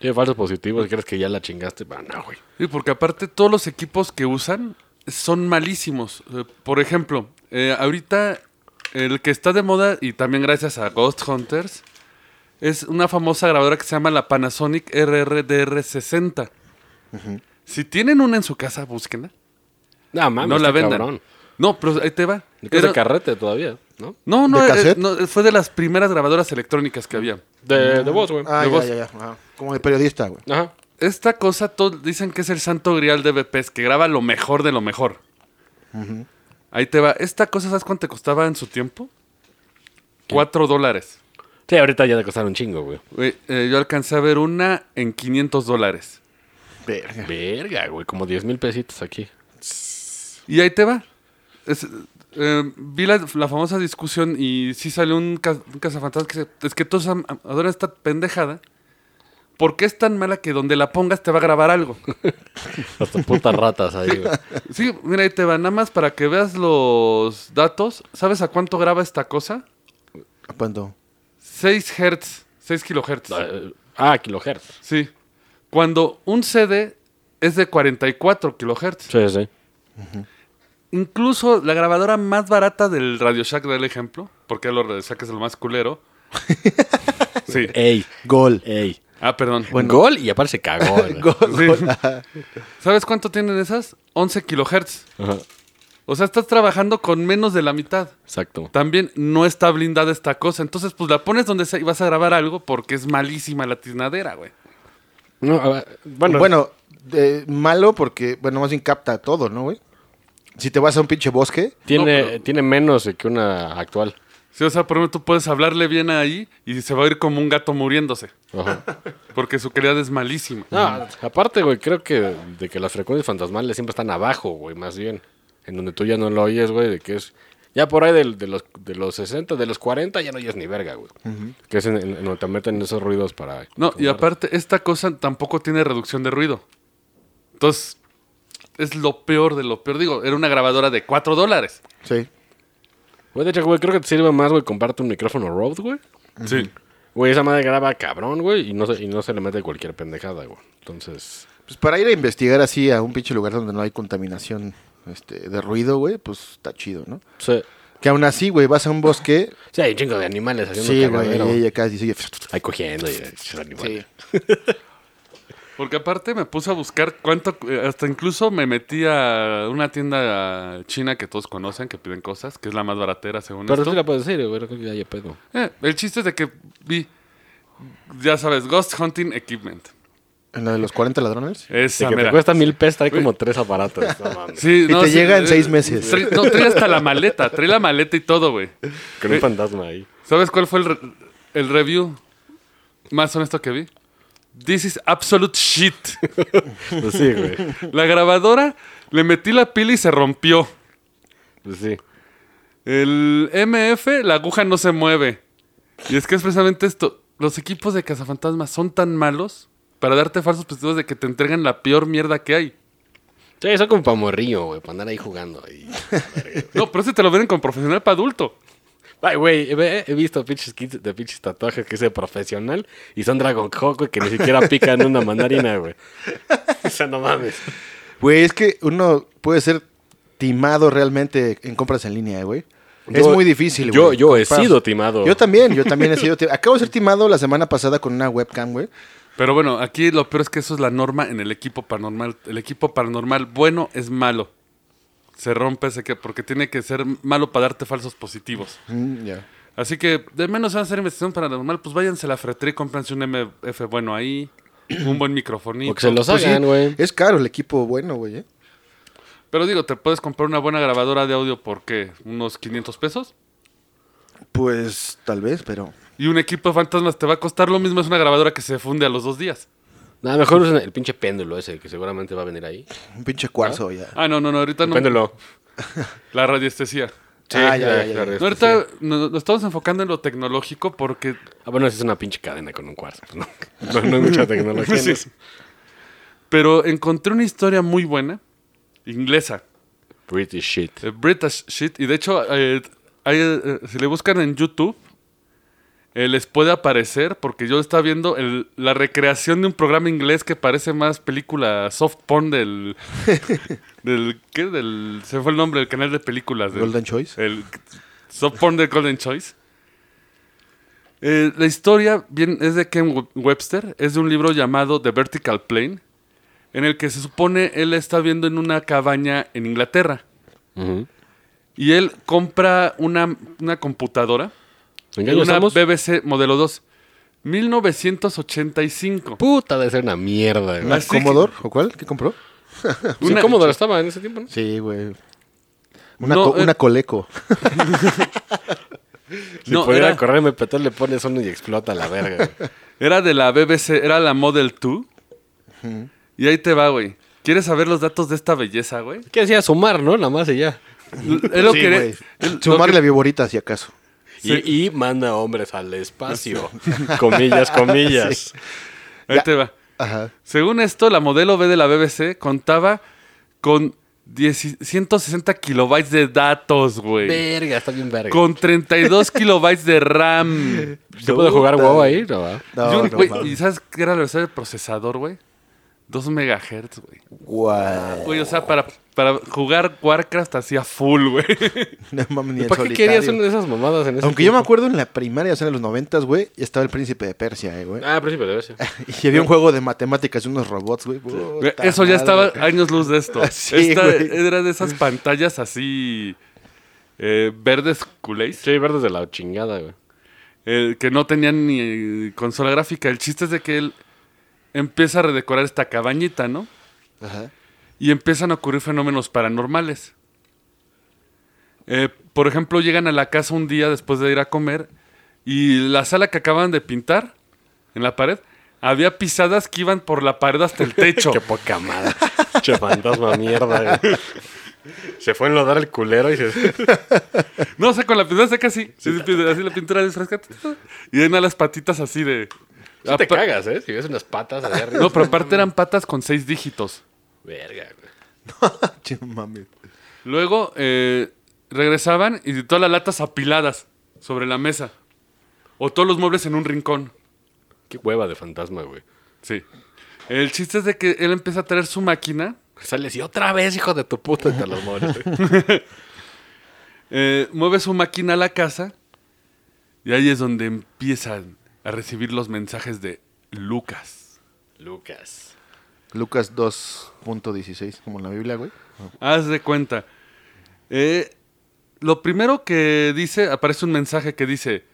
Tiene falsos positivos, ¿crees que ya la chingaste? Bah, no, güey. Sí, porque aparte todos los equipos que usan son malísimos. Eh, Por ejemplo, eh, ahorita el que está de moda, y también gracias a Ghost Hunters, es una famosa grabadora que se llama la Panasonic RRDR60. Si tienen una en su casa, búsquenla. No, mames, no la este vendan. cabrón. No, pero ahí te va. Es de Era- carrete todavía, ¿no? no, no, ¿De eh, cassette? no, fue de las primeras grabadoras electrónicas que había. De, de voz, güey. Ah, de ya, voz. ya, ya. Ajá. Como de periodista, güey. Ajá. Esta cosa to- dicen que es el santo grial de BPs, que graba lo mejor de lo mejor. Ahí te va. Esta cosa, ¿sabes cuánto te costaba en su tiempo? Cuatro dólares. Sí, ahorita ya te costaron un chingo, güey. Güey, eh, yo alcancé a ver una en 500 dólares. Verga. Verga, güey, como 10 mil pesitos aquí. Y ahí te va. Es- eh, vi la, la famosa discusión y sí salió un, ca- un cazafantasmas que se- es que todos am- adoran esta pendejada. ¿Por qué es tan mala que donde la pongas te va a grabar algo? Hasta putas ratas ahí, güey. Sí, mira, ahí te va. Nada más para que veas los datos. ¿Sabes a cuánto graba esta cosa? ¿A cuánto? 6 Hz, 6 kilohertz. Ah, kilohertz. Sí. Cuando un CD es de 44 kilohertz. Sí, sí. Incluso la grabadora más barata del Radio Shack del ejemplo, porque el Radio Shack es lo más culero. Sí. Ey, Gol. ey. Ah, perdón. Gol y aparte se cagó. güey. Sí. ¿Sabes cuánto tienen esas? 11 kilohertz. Ajá, O sea, estás trabajando con menos de la mitad. Exacto. También no está blindada esta cosa. Entonces, pues la pones donde sea y vas a grabar algo porque es malísima la tiznadera, güey. No, a ver, bueno, Bueno, de- malo porque, bueno, más bien capta todo, ¿no, güey? Si te vas a un pinche bosque, tiene, no, pero- tiene menos que una actual. Sí, o sea, por ejemplo, tú puedes hablarle bien ahí y se va a oír como un gato muriéndose. Ajá. Porque su calidad es malísima. No, aparte, güey, creo que de que las frecuencias fantasmales siempre están abajo, güey, más bien. En donde tú ya no lo oyes, güey, de que es... Ya por ahí del- de, los, de los 60, de los 40, ya no oyes ni verga, güey. Que es en, en- en donde te meten esos ruidos para... No, y aparte, esta cosa tampoco tiene reducción de ruido. Entonces, es lo peor de lo peor. Digo, era una grabadora de 4 dólares. sí. Güey, de hecho, güey, creo que te sirve más, güey, comparte un micrófono Rode, güey. Sí. Güey, esa madre graba cabrón, güey, y no, se, y no se le mete cualquier pendejada, güey. Entonces... Pues para ir a investigar así a un pinche lugar donde no hay contaminación este, de ruido, güey, pues está chido, ¿no? Sí, Que aún así, güey, vas a un bosque. sí hay un chingo de animales haciendo Sí, cagadero. güey, y acá dice, oye, Ahí cogiendo y esos animales. Porque aparte me puse a buscar cuánto, eh, hasta incluso me metí a una tienda china que todos conocen, que piden cosas, que es la más baratera según Pero esto. sí la puedes decir, güey, no creo que haya pedo. Eh, el chiste es de que vi, ya sabes, Ghost Hunting Equipment. en la de los 40 ladrones. Sí, Esa, que te mira. cuesta mil pesos, trae como tres aparatos. No mames. Sí, Y te llega en eh, seis meses. trae- no, trae hasta la maleta, trae la maleta y todo, güey. Con un fantasma ahí. ¿Sabes cuál fue el, re- el review más honesto que vi? This is absolute shit. Pues sí, güey. La grabadora, le metí la pila y se rompió. Pues sí. El MF, la aguja no se mueve. Y es que es precisamente esto. los equipos de cazafantasmas son tan malos para darte falsos positivos de que te entregan la peor mierda que hay. Sí, eso como para morrillo, güey, para andar ahí jugando. ahí. No, pero ese te lo venden con profesional para adulto. Ay, güey, he, he visto pinches kits de pinches tatuajes que hice profesional y son Dragon Hawk, güey, que ni siquiera pican una mandarina, güey. O sea, no mames. Güey, es que uno puede ser timado realmente en compras en línea, güey. es Yo- muy difícil, güey. yo- yo he comprar. sido timado. Yo también, yo también he sido timado. Acabo de ser timado la semana pasada con una webcam, güey. Pero bueno, aquí lo peor es que eso es la norma en el equipo paranormal. El equipo paranormal bueno es malo. Se rompe ese que porque tiene que ser malo para darte falsos positivos. Mm, ya. Así que de menos van a hacer investigación paranormal, pues váyanse a la fretería y cómprense un MF bueno ahí, un buen microfonito. O que se los Pues sí, hagan, güey. es caro el equipo bueno, güey. ¿eh? Pero digo, te puedes comprar una buena grabadora de audio por qué, unos 500 pesos. Pues tal vez, pero... Y un equipo de fantasmas te va a costar lo mismo, es una grabadora que se funde a los dos días. Nada, mejor usen el pinche péndulo ese que seguramente va a venir ahí. Un pinche cuarzo ya. Ah, no, no, no, ahorita El no. péndulo. La radiestesia. Ah, ya, la- ya, ya, la ya. red, No, ahorita sí. nos, nos estamos enfocando en lo tecnológico porque Ah, bueno, esa es una pinche cadena con un cuarzo. pues, No, no, no hay mucha tecnología. en Sí. eso. Pero encontré una historia muy buena, inglesa, Pretty shit. eh, British shit, y de hecho, eh, hay, eh, si le buscan en YouTube, eh, les puede aparecer, porque yo estaba viendo el- la recreación de un programa inglés que parece más película soft porn del... del ¿Qué? Del, se fue el nombre del canal de películas. del- Golden Choice. el soft porn de Golden Choice. Eh, la historia bien, es de Ken Web- Webster, es de un libro llamado The Vertical Plane, en el que se supone él está viendo en una cabaña en Inglaterra. Ujú. Y él compra una, una computadora, ¿En qué año una estamos? BBC modelo 2, 1985. Puta de ser una mierda, güey. ¿Una así que- Commodore o cuál? ¿Qué compró? Sí, una- Commodore estaba en ese tiempo, ¿no? Sí, güey. Una, No, co- eh. una Coleco. Si No, pudiera era- correr MP3 le pones uno y explota la verga. güey. Era de la BBC, era la Model 2. Y ahí te va, güey. ¿Quieres saber los datos de esta belleza, güey? ¿Qué hacía? Sumar, ¿no? Nada más y ya. Es lo Sí, que- güey. es lo Sumarle que- a Viborita, si acaso. Sí. Y, y manda hombres al espacio. comillas, comillas. Ahí Ya. te va. Ajá. Según esto, la modelo B de la BBC contaba con 10 160 kilobytes de datos, güey. Verga, está bien verga. Con 32 kilobytes de RAM. ¿Se puede jugar Puta. WoW ahí? No, va. No, Yo- no güey, mames. ¿Y sabes qué era la velocidad del procesador, güey? 2 megahertz, güey. Guau. Güey, o sea, para, para jugar Warcraft hacía full, güey. No mames, ni en ¿Para qué solitario. querías una de esas mamadas en ese Aunque yo me tiempo? acuerdo en la primaria, o sea, en los noventas, güey, estaba el príncipe de Persia, eh, güey. Ah, principio de veces. Y había un juego de matemáticas y unos robots, güey. Puta Eso ya madre. estaba años luz de esto. Sí, Esta güey. era de esas pantallas así eh, verdes culés. Sí, verdes de la chingada, güey. eh, que no tenían ni eh, consola gráfica. El chiste es de que él empieza a redecorar esta cabañita, ¿no? Ajá. Y empiezan a ocurrir fenómenos paranormales. Eh, por ejemplo, llegan a la casa un día después de ir a comer y la sala que acaban de pintar en la pared, había pisadas que iban por la pared hasta el techo. Qué poca madre. che fantasma mierda, güey. Se fue a enlodar el culero y se... no, o sea, con la pintura seca así, así la pintura desfresca. Y ven a las patitas así de... Sí te Apa- cagas, ¿eh? Si ves unas patas allá arriba. No, pero aparte eran patas con seis dígitos. Verga, güey. Che, mames. Luego eh, regresaban y todas las latas apiladas sobre la mesa. O todos los muebles en un rincón. Qué hueva de fantasma, güey. Sí. El chiste es de que él empieza a traer su máquina, Sales y otra vez, hijo de tu puta, y te los mueres. güey. eh, mueve su máquina a la casa y ahí es donde empiezan a recibir los mensajes de Lucas. Lucas. Lucas 2.16, como en la Biblia, güey. Haz de cuenta. Eh, lo primero que dice, aparece un mensaje que dice,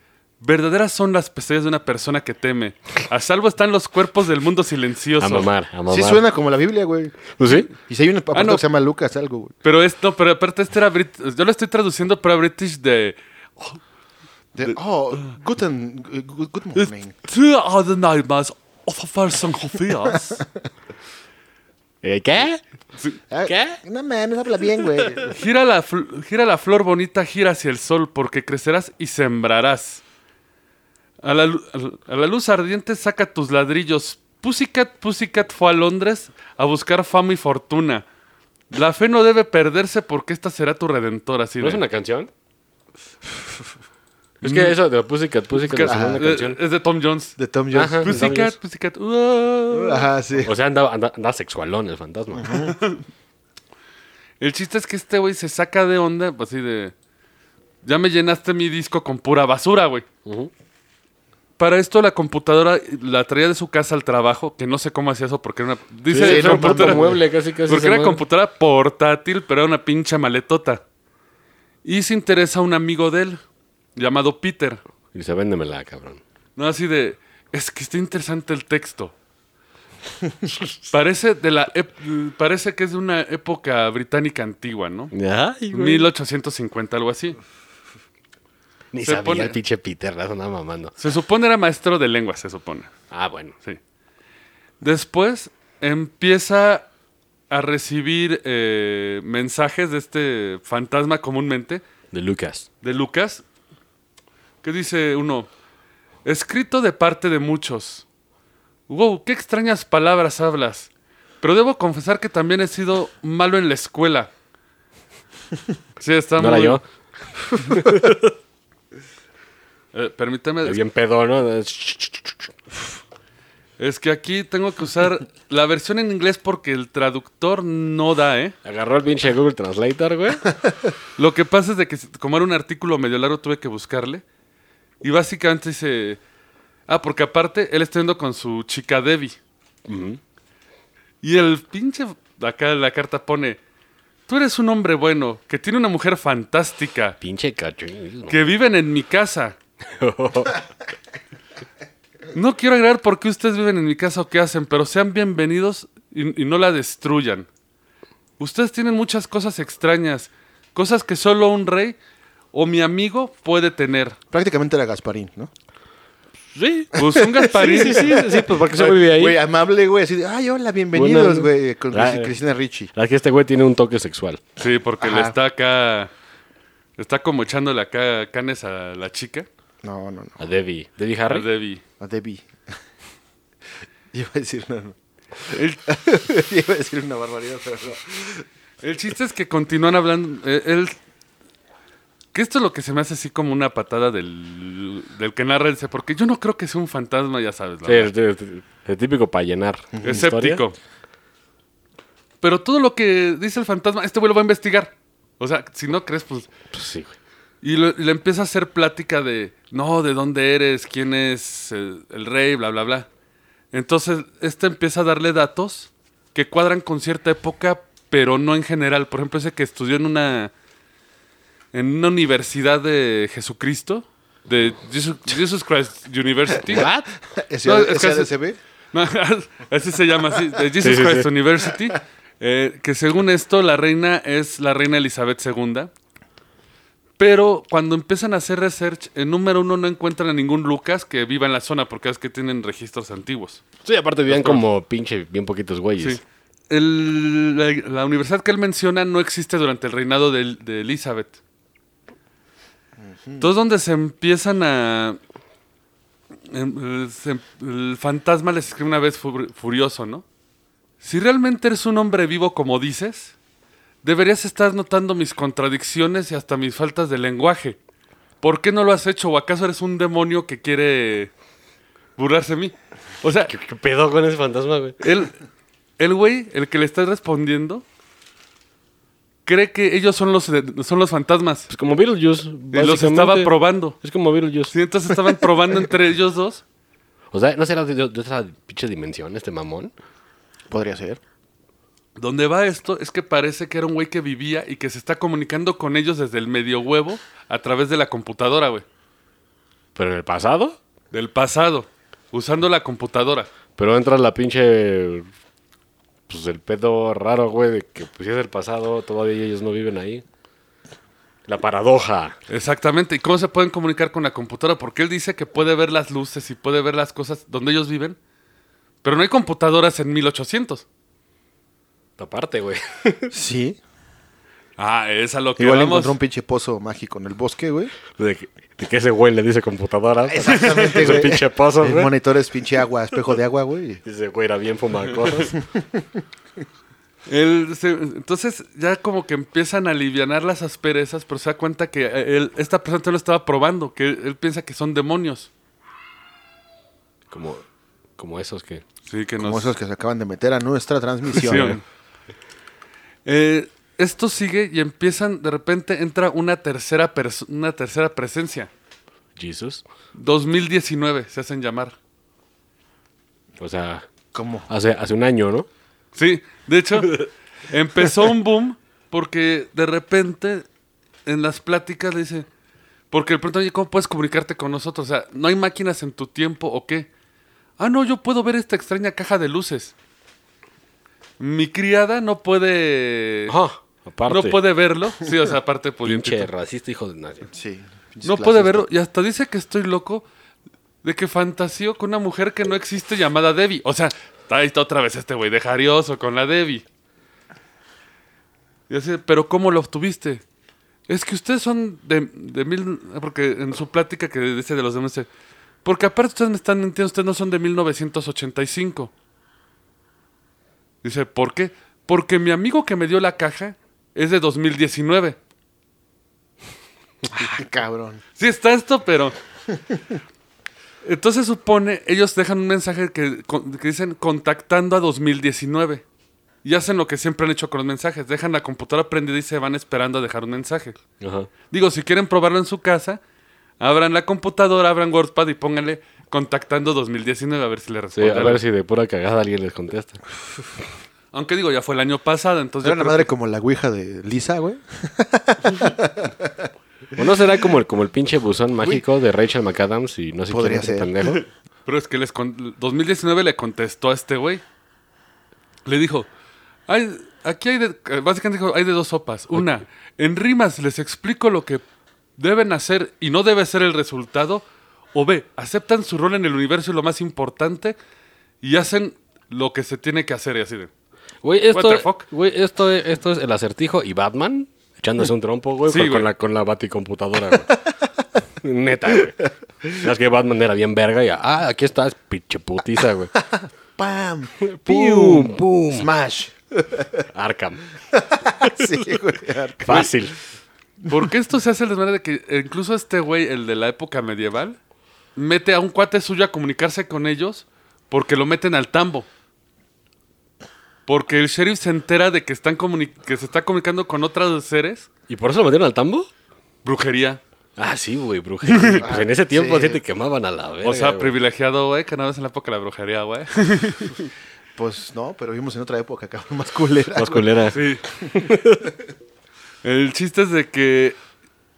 verdaderas son las pesadillas de una persona que teme. A salvo están los cuerpos del mundo silencioso. A mamar, a mamar. Sí suena como la Biblia, güey. Pues sí. Y si hay un apartado no. que se llama Lucas, algo, güey. Pero es, no, pero aparte este era brit- Yo lo estoy traduciendo para British de. De- oh, guten, good, good morning. Two are the nightmares of a person who fears. ¿Eh, ¿Qué? Ah, ¿Qué? No mames, habla bien, güey. Gira la, fl- gira la flor bonita, gira hacia el sol, porque crecerás y sembrarás. A la, lu- a la- a la luz ardiente saca tus ladrillos. Pussycat, Pussycat fue a Londres a buscar fama y fortuna. La fe no debe perderse porque esta será tu redentora. Así ¿No es de- una canción? es que eso de Pussycat, Pussycat es Ajá. una Es- canción. es de Tom Jones. De Tom Jones. Ajá. de Tom Pussycat, Jones. Pussycat. uh. Ajá, sí. O sea, anda, anda, anda sexualón el fantasma. El chiste es que este güey se saca de onda, pues, así de. Ya me llenaste mi disco con pura basura, güey. Ujú. Para esto la computadora la traía de su casa al trabajo, que no sé cómo hacía eso porque era una... Dice, Sí, era no, una por computadora- mueble, casi, casi Porque se era mueve. computadora portátil, pero era una pinche maletota. Y se interesa un amigo de él, llamado Peter. Y dice, véndemela, cabrón. No así de, es que está interesante el texto. parece, de la ep- parece que es de una época británica antigua, ¿no? Ay, 1850, algo así. Ni se sabía pone- el pinche Peter, la andaba mamando. Se supone era maestro de lengua, se supone. Ah, bueno. Sí. Después empieza a recibir eh, mensajes de este fantasma comúnmente, De Lucas. de Lucas, que dice uno, escrito de parte de muchos. Wow, qué extrañas palabras hablas. Pero debo confesar que también he sido malo en la escuela. Sí, está No era muy- yo. Eh, permíteme, Es bien pedo, ¿no? es que aquí tengo que usar la versión en inglés porque el traductor no da, ¿eh? Agarró el pinche Google Translator, güey. Lo que pasa es de que como era un artículo medio largo tuve que buscarle. Y básicamente dice... Ah, porque aparte él está yendo con su chica Debbie. Y el pinche... Acá en la carta pone... Tú eres un hombre bueno, que tiene una mujer fantástica, Pinche cachín. que viven en mi casa. No quiero agregar por qué ustedes viven en mi casa o qué hacen, pero sean bienvenidos y, y no la destruyan. Ustedes tienen muchas cosas extrañas, cosas que solo un rey o mi amigo puede tener. Prácticamente era Gasparín, ¿no? Sí. Pues un Gasparín. Sí, sí, sí, sí, pues porque se vive ahí. Güey, amable, güey, así de, ay, hola, bienvenidos, Buenas- güey, con Ah, Cris- eh. Cristina Ricci. La que este güey tiene un toque sexual. Sí, porque le Ajá. está acá. Está como echándole acá canes a la chica, No, no, no, A Debbie. Debbie a Harry. Debbie. a Debbie. Iba a decir, no, no. El, Iba a decir una barbaridad, pero no. el chiste es que continúan hablando. eh, él. Que esto es lo que se me hace así como una patada del, del que narra el se- porque yo no creo que sea un fantasma, ya sabes. la Sí, el, el- el típico para llenar. Escéptico. historia. Pero todo lo que dice el fantasma, este güey lo va a investigar. O sea, si no crees, pues. Pues sí, güey. Y, lo- y le empieza a hacer plática de, no, de dónde eres, quién es el, el rey, bla, bla, bla. Entonces, este empieza a darle datos que cuadran con cierta época, pero no en general. Por ejemplo, ese que estudió en una, en una universidad de Jesucristo, de Jesus, Jesus Christ University. ¿Ese, No, es que ese hace- ADCB? No, así se llama, así, de Jesus Sí, sí, Christ sí. University. eh, que según esto, la reina es la reina Elizabeth II. Pero cuando empiezan a hacer research, en número uno no encuentran a ningún Lucas que viva en la zona, porque es que tienen registros antiguos. Sí, aparte vivían como pinche, bien poquitos güeyes. Sí. El- la, la universidad que él menciona no existe durante el reinado de, de Elizabeth. Entonces, donde se empiezan a. em- se- el fantasma les escribe una vez fu- furioso, ¿no? Si realmente eres un hombre vivo como dices, deberías estar notando mis contradicciones y hasta mis faltas de lenguaje. ¿Por qué no lo has hecho? ¿O acaso eres un demonio que quiere burlarse de mí? O sea, ¿Qué, qué pedo con ese fantasma, güey? el, el güey, el que le está respondiendo, cree que ellos son los, de- son los fantasmas. Pues como Beetlejuice. Y los estaba básicamente. probando. Es como Beetlejuice. Sí, entonces estaban probando entre ellos dos. O sea, ¿no será de, de- de otra pinche dimensión este mamón? Podría ser. Donde va esto es que parece que era un güey que vivía y que se está comunicando con ellos desde el medio huevo a través de la computadora, güey. ¿Pero en el pasado? Del pasado, usando la computadora. Pero entra la pinche. Pues el pedo raro, güey, de que pues si es el pasado, todavía ellos no viven ahí. La paradoja. Exactamente. ¿Y cómo se pueden comunicar con la computadora? Porque él dice que puede ver las luces y puede ver las cosas donde ellos viven. Pero no hay computadoras en 1800. Aparte, güey. Sí. Ah, es a lo que Igual vamos. encontró un pinche pozo mágico en el bosque, güey. De que, de que ese güey le dice computadora. Exactamente, Ese güey. pinche pozo, El güey. monitor es pinche agua, espejo de agua, güey. Dice, güey, era bien fumacosas. Él se- entonces ya como que empiezan a aliviar las asperezas, pero se da cuenta que eh, él, esta persona te lo estaba probando, que él, él piensa que son demonios. como, como esos que... Sí, que Como nos- esos que se acaban de meter a nuestra transmisión. Sí, güey. güey. Eh, esto sigue y empiezan, de repente entra una tercera, perso- una tercera presencia. Jesus. 2019 se hacen llamar. O sea, ¿Cómo? hace, hace un año, ¿no? Sí, de hecho, empezó un boom porque de repente en las pláticas le dice, porque el pronto, oye, ¿cómo puedes comunicarte con nosotros? O sea, ¿no hay máquinas en tu tiempo o qué? Ah, no, yo puedo ver esta extraña caja de luces. Mi criada no puede... Ajá, Ah, aparte. No puede verlo. Sí, o sea, aparte pues, Pinche pudientito. racista, hijo de nadie. Sí. pinches No puede clasistas. verlo. Y hasta dice que estoy loco de que fantaseo con una mujer que no existe llamada Debbie. O sea, está ahí está otra vez este güey de jarioso con la Debbie. Y dice, pero ¿cómo lo obtuviste? Es que ustedes son de, de mil... Ah, Porque en su plática que dice de los demás, dice, porque aparte ustedes me están mintiendo, ustedes no son de 1985. Dice, ¿por qué? Porque mi amigo que me dio la caja es de 2019. Ah, cabrón. Sí está esto, pero... Entonces supone, ellos dejan un mensaje que, con- que dicen contactando a 2019. Y hacen lo que siempre han hecho con los mensajes. Dejan la computadora prendida y se van esperando a dejar un mensaje. Ajá. Digo, si quieren probarlo en su casa, abran la computadora, abran WordPad y pónganle contactando 2019 a ver si le Sí, responde. a ver si de pura cagada alguien les contesta. Aunque digo, ya fue el año pasado, entonces... Era Pues yo una creo madre que- como la ouija de Lisa, güey. ¿O no será como el, como el pinche buzón mágico de Rachel McAdams y no sé quién Podría otro ser. pendejo? Pero es que les con- 2019 le contestó a este güey. Le dijo, "Hay- aquí hay de, eh, básicamente dijo, hay de dos sopas. Una, en rimas les explico lo que deben hacer y no debe ser el resultado. O B, aceptan su rol en el universo y lo más importante y hacen lo que se tiene que hacer y así de. Güey, What esto, the fuck? güey, esto, e, esto es el acertijo y Batman echándose un trompo, güey, Sí, pero güey. con la, con la baticomputadora, güey. Neta, güey. Es que Batman era bien verga y, ah, aquí estás, pinche putiza, güey. ¡Pam! ¡Pum! ¡Pum! ¡Smash! Arkham. sí, güey. Fácil. Porque esto se hace de manera de que incluso este güey, el de la época medieval, mete a un cuate suyo a comunicarse con ellos porque lo meten al tambo. Porque el sheriff se entera de que, están comuni- que se está comunicando con otros seres. ¿Y por eso lo metieron al tambo? Brujería. Ah, sí, güey, brujería. Pues en ese tiempo sí. sí te quemaban a la verga. o sea, güey. privilegiado, güey, que nada más en la época de la brujería, güey. Pues no, pero vimos en otra época, cabrón, más culera. Más güey. culera. Sí. El chiste es de que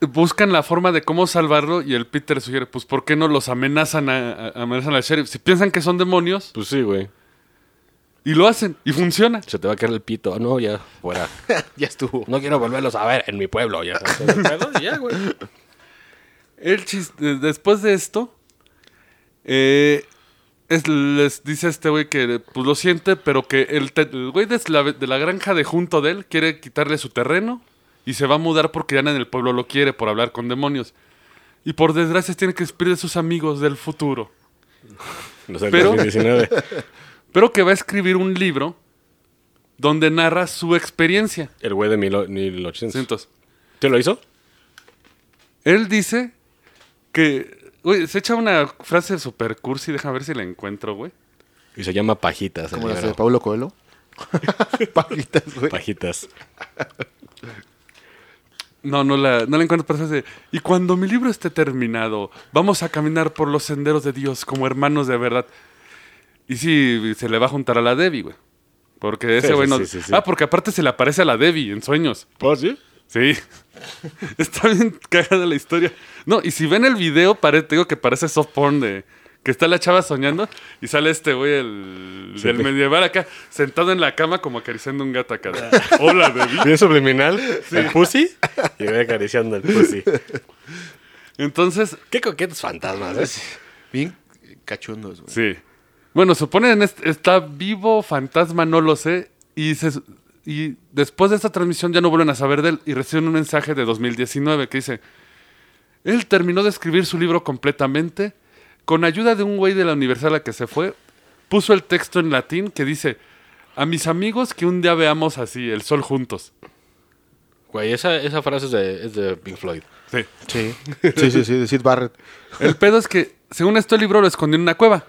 buscan la forma de cómo salvarlo y el Peter sugiere, pues, ¿por qué no los amenazan, a, a- amenazan al sheriff? Si piensan que son demonios Pues sí, güey. y lo hacen y funciona. Se te va a caer el pito. Ah, No, ya, fuera. Ya estuvo. No quiero volverlos a ver en mi pueblo, ya. ya, güey. El chis- eh, después de esto, eh, es- les dice este güey que pues, lo siente, pero que el, te- el güey de la, de la granja de junto de él quiere quitarle su terreno y se va a mudar porque ya en el pueblo lo quiere por hablar con demonios. Y por desgracia tiene que despedir de sus amigos del futuro. No sé, Pero- 2019. Pero que va a escribir un libro donde narra su experiencia. El güey de 1800. Entonces, ¿Te lo hizo? Él dice que... Güey, se echa una frase super cursi, déjame ver si la encuentro, güey. Y se llama Pajitas. el Como las de libro. Pablo Coelho. Pajitas, güey. Pajitas. No, no la, no la encuentro, pero se hace, Y cuando mi libro esté terminado, vamos a caminar por los senderos de Dios como hermanos de verdad. Y sí, se le va a juntar a la Debbie, güey. Porque ese Sí, güey sí, no... sí, sí, sí. Ah, porque aparte se le aparece a la Debbie en sueños. ¿Pues sí? Sí. está bien cagada la historia. No, y si ven el video, pare- te digo que parece soft porn de... Que está la chava soñando y sale este güey, el Sí, del sí. medieval acá, sentado en la cama como acariciando un gato acá. Ah. Hola, Debbie. Bien subliminal. ¿El pussy? Y voy acariciando el pussy. Entonces, Qué coquetos fantasmas, ¿eh? Bien cachondos, güey. Sí. Bueno, supone en est- está vivo, fantasma, no lo sé. Y se, y después de esta transmisión ya no vuelven a saber de él y reciben un mensaje de 2019 que dice, él terminó de escribir su libro completamente, con ayuda de un güey de la universidad a la que se fue, puso el texto en latín que dice, a mis amigos que un día veamos así, el sol juntos. Güey, esa, esa frase es de, es de Pink Floyd. Sí. Sí. Sí, sí, sí, decir Barrett. Pues El pedo es que, según esto, el libro lo escondió en una cueva.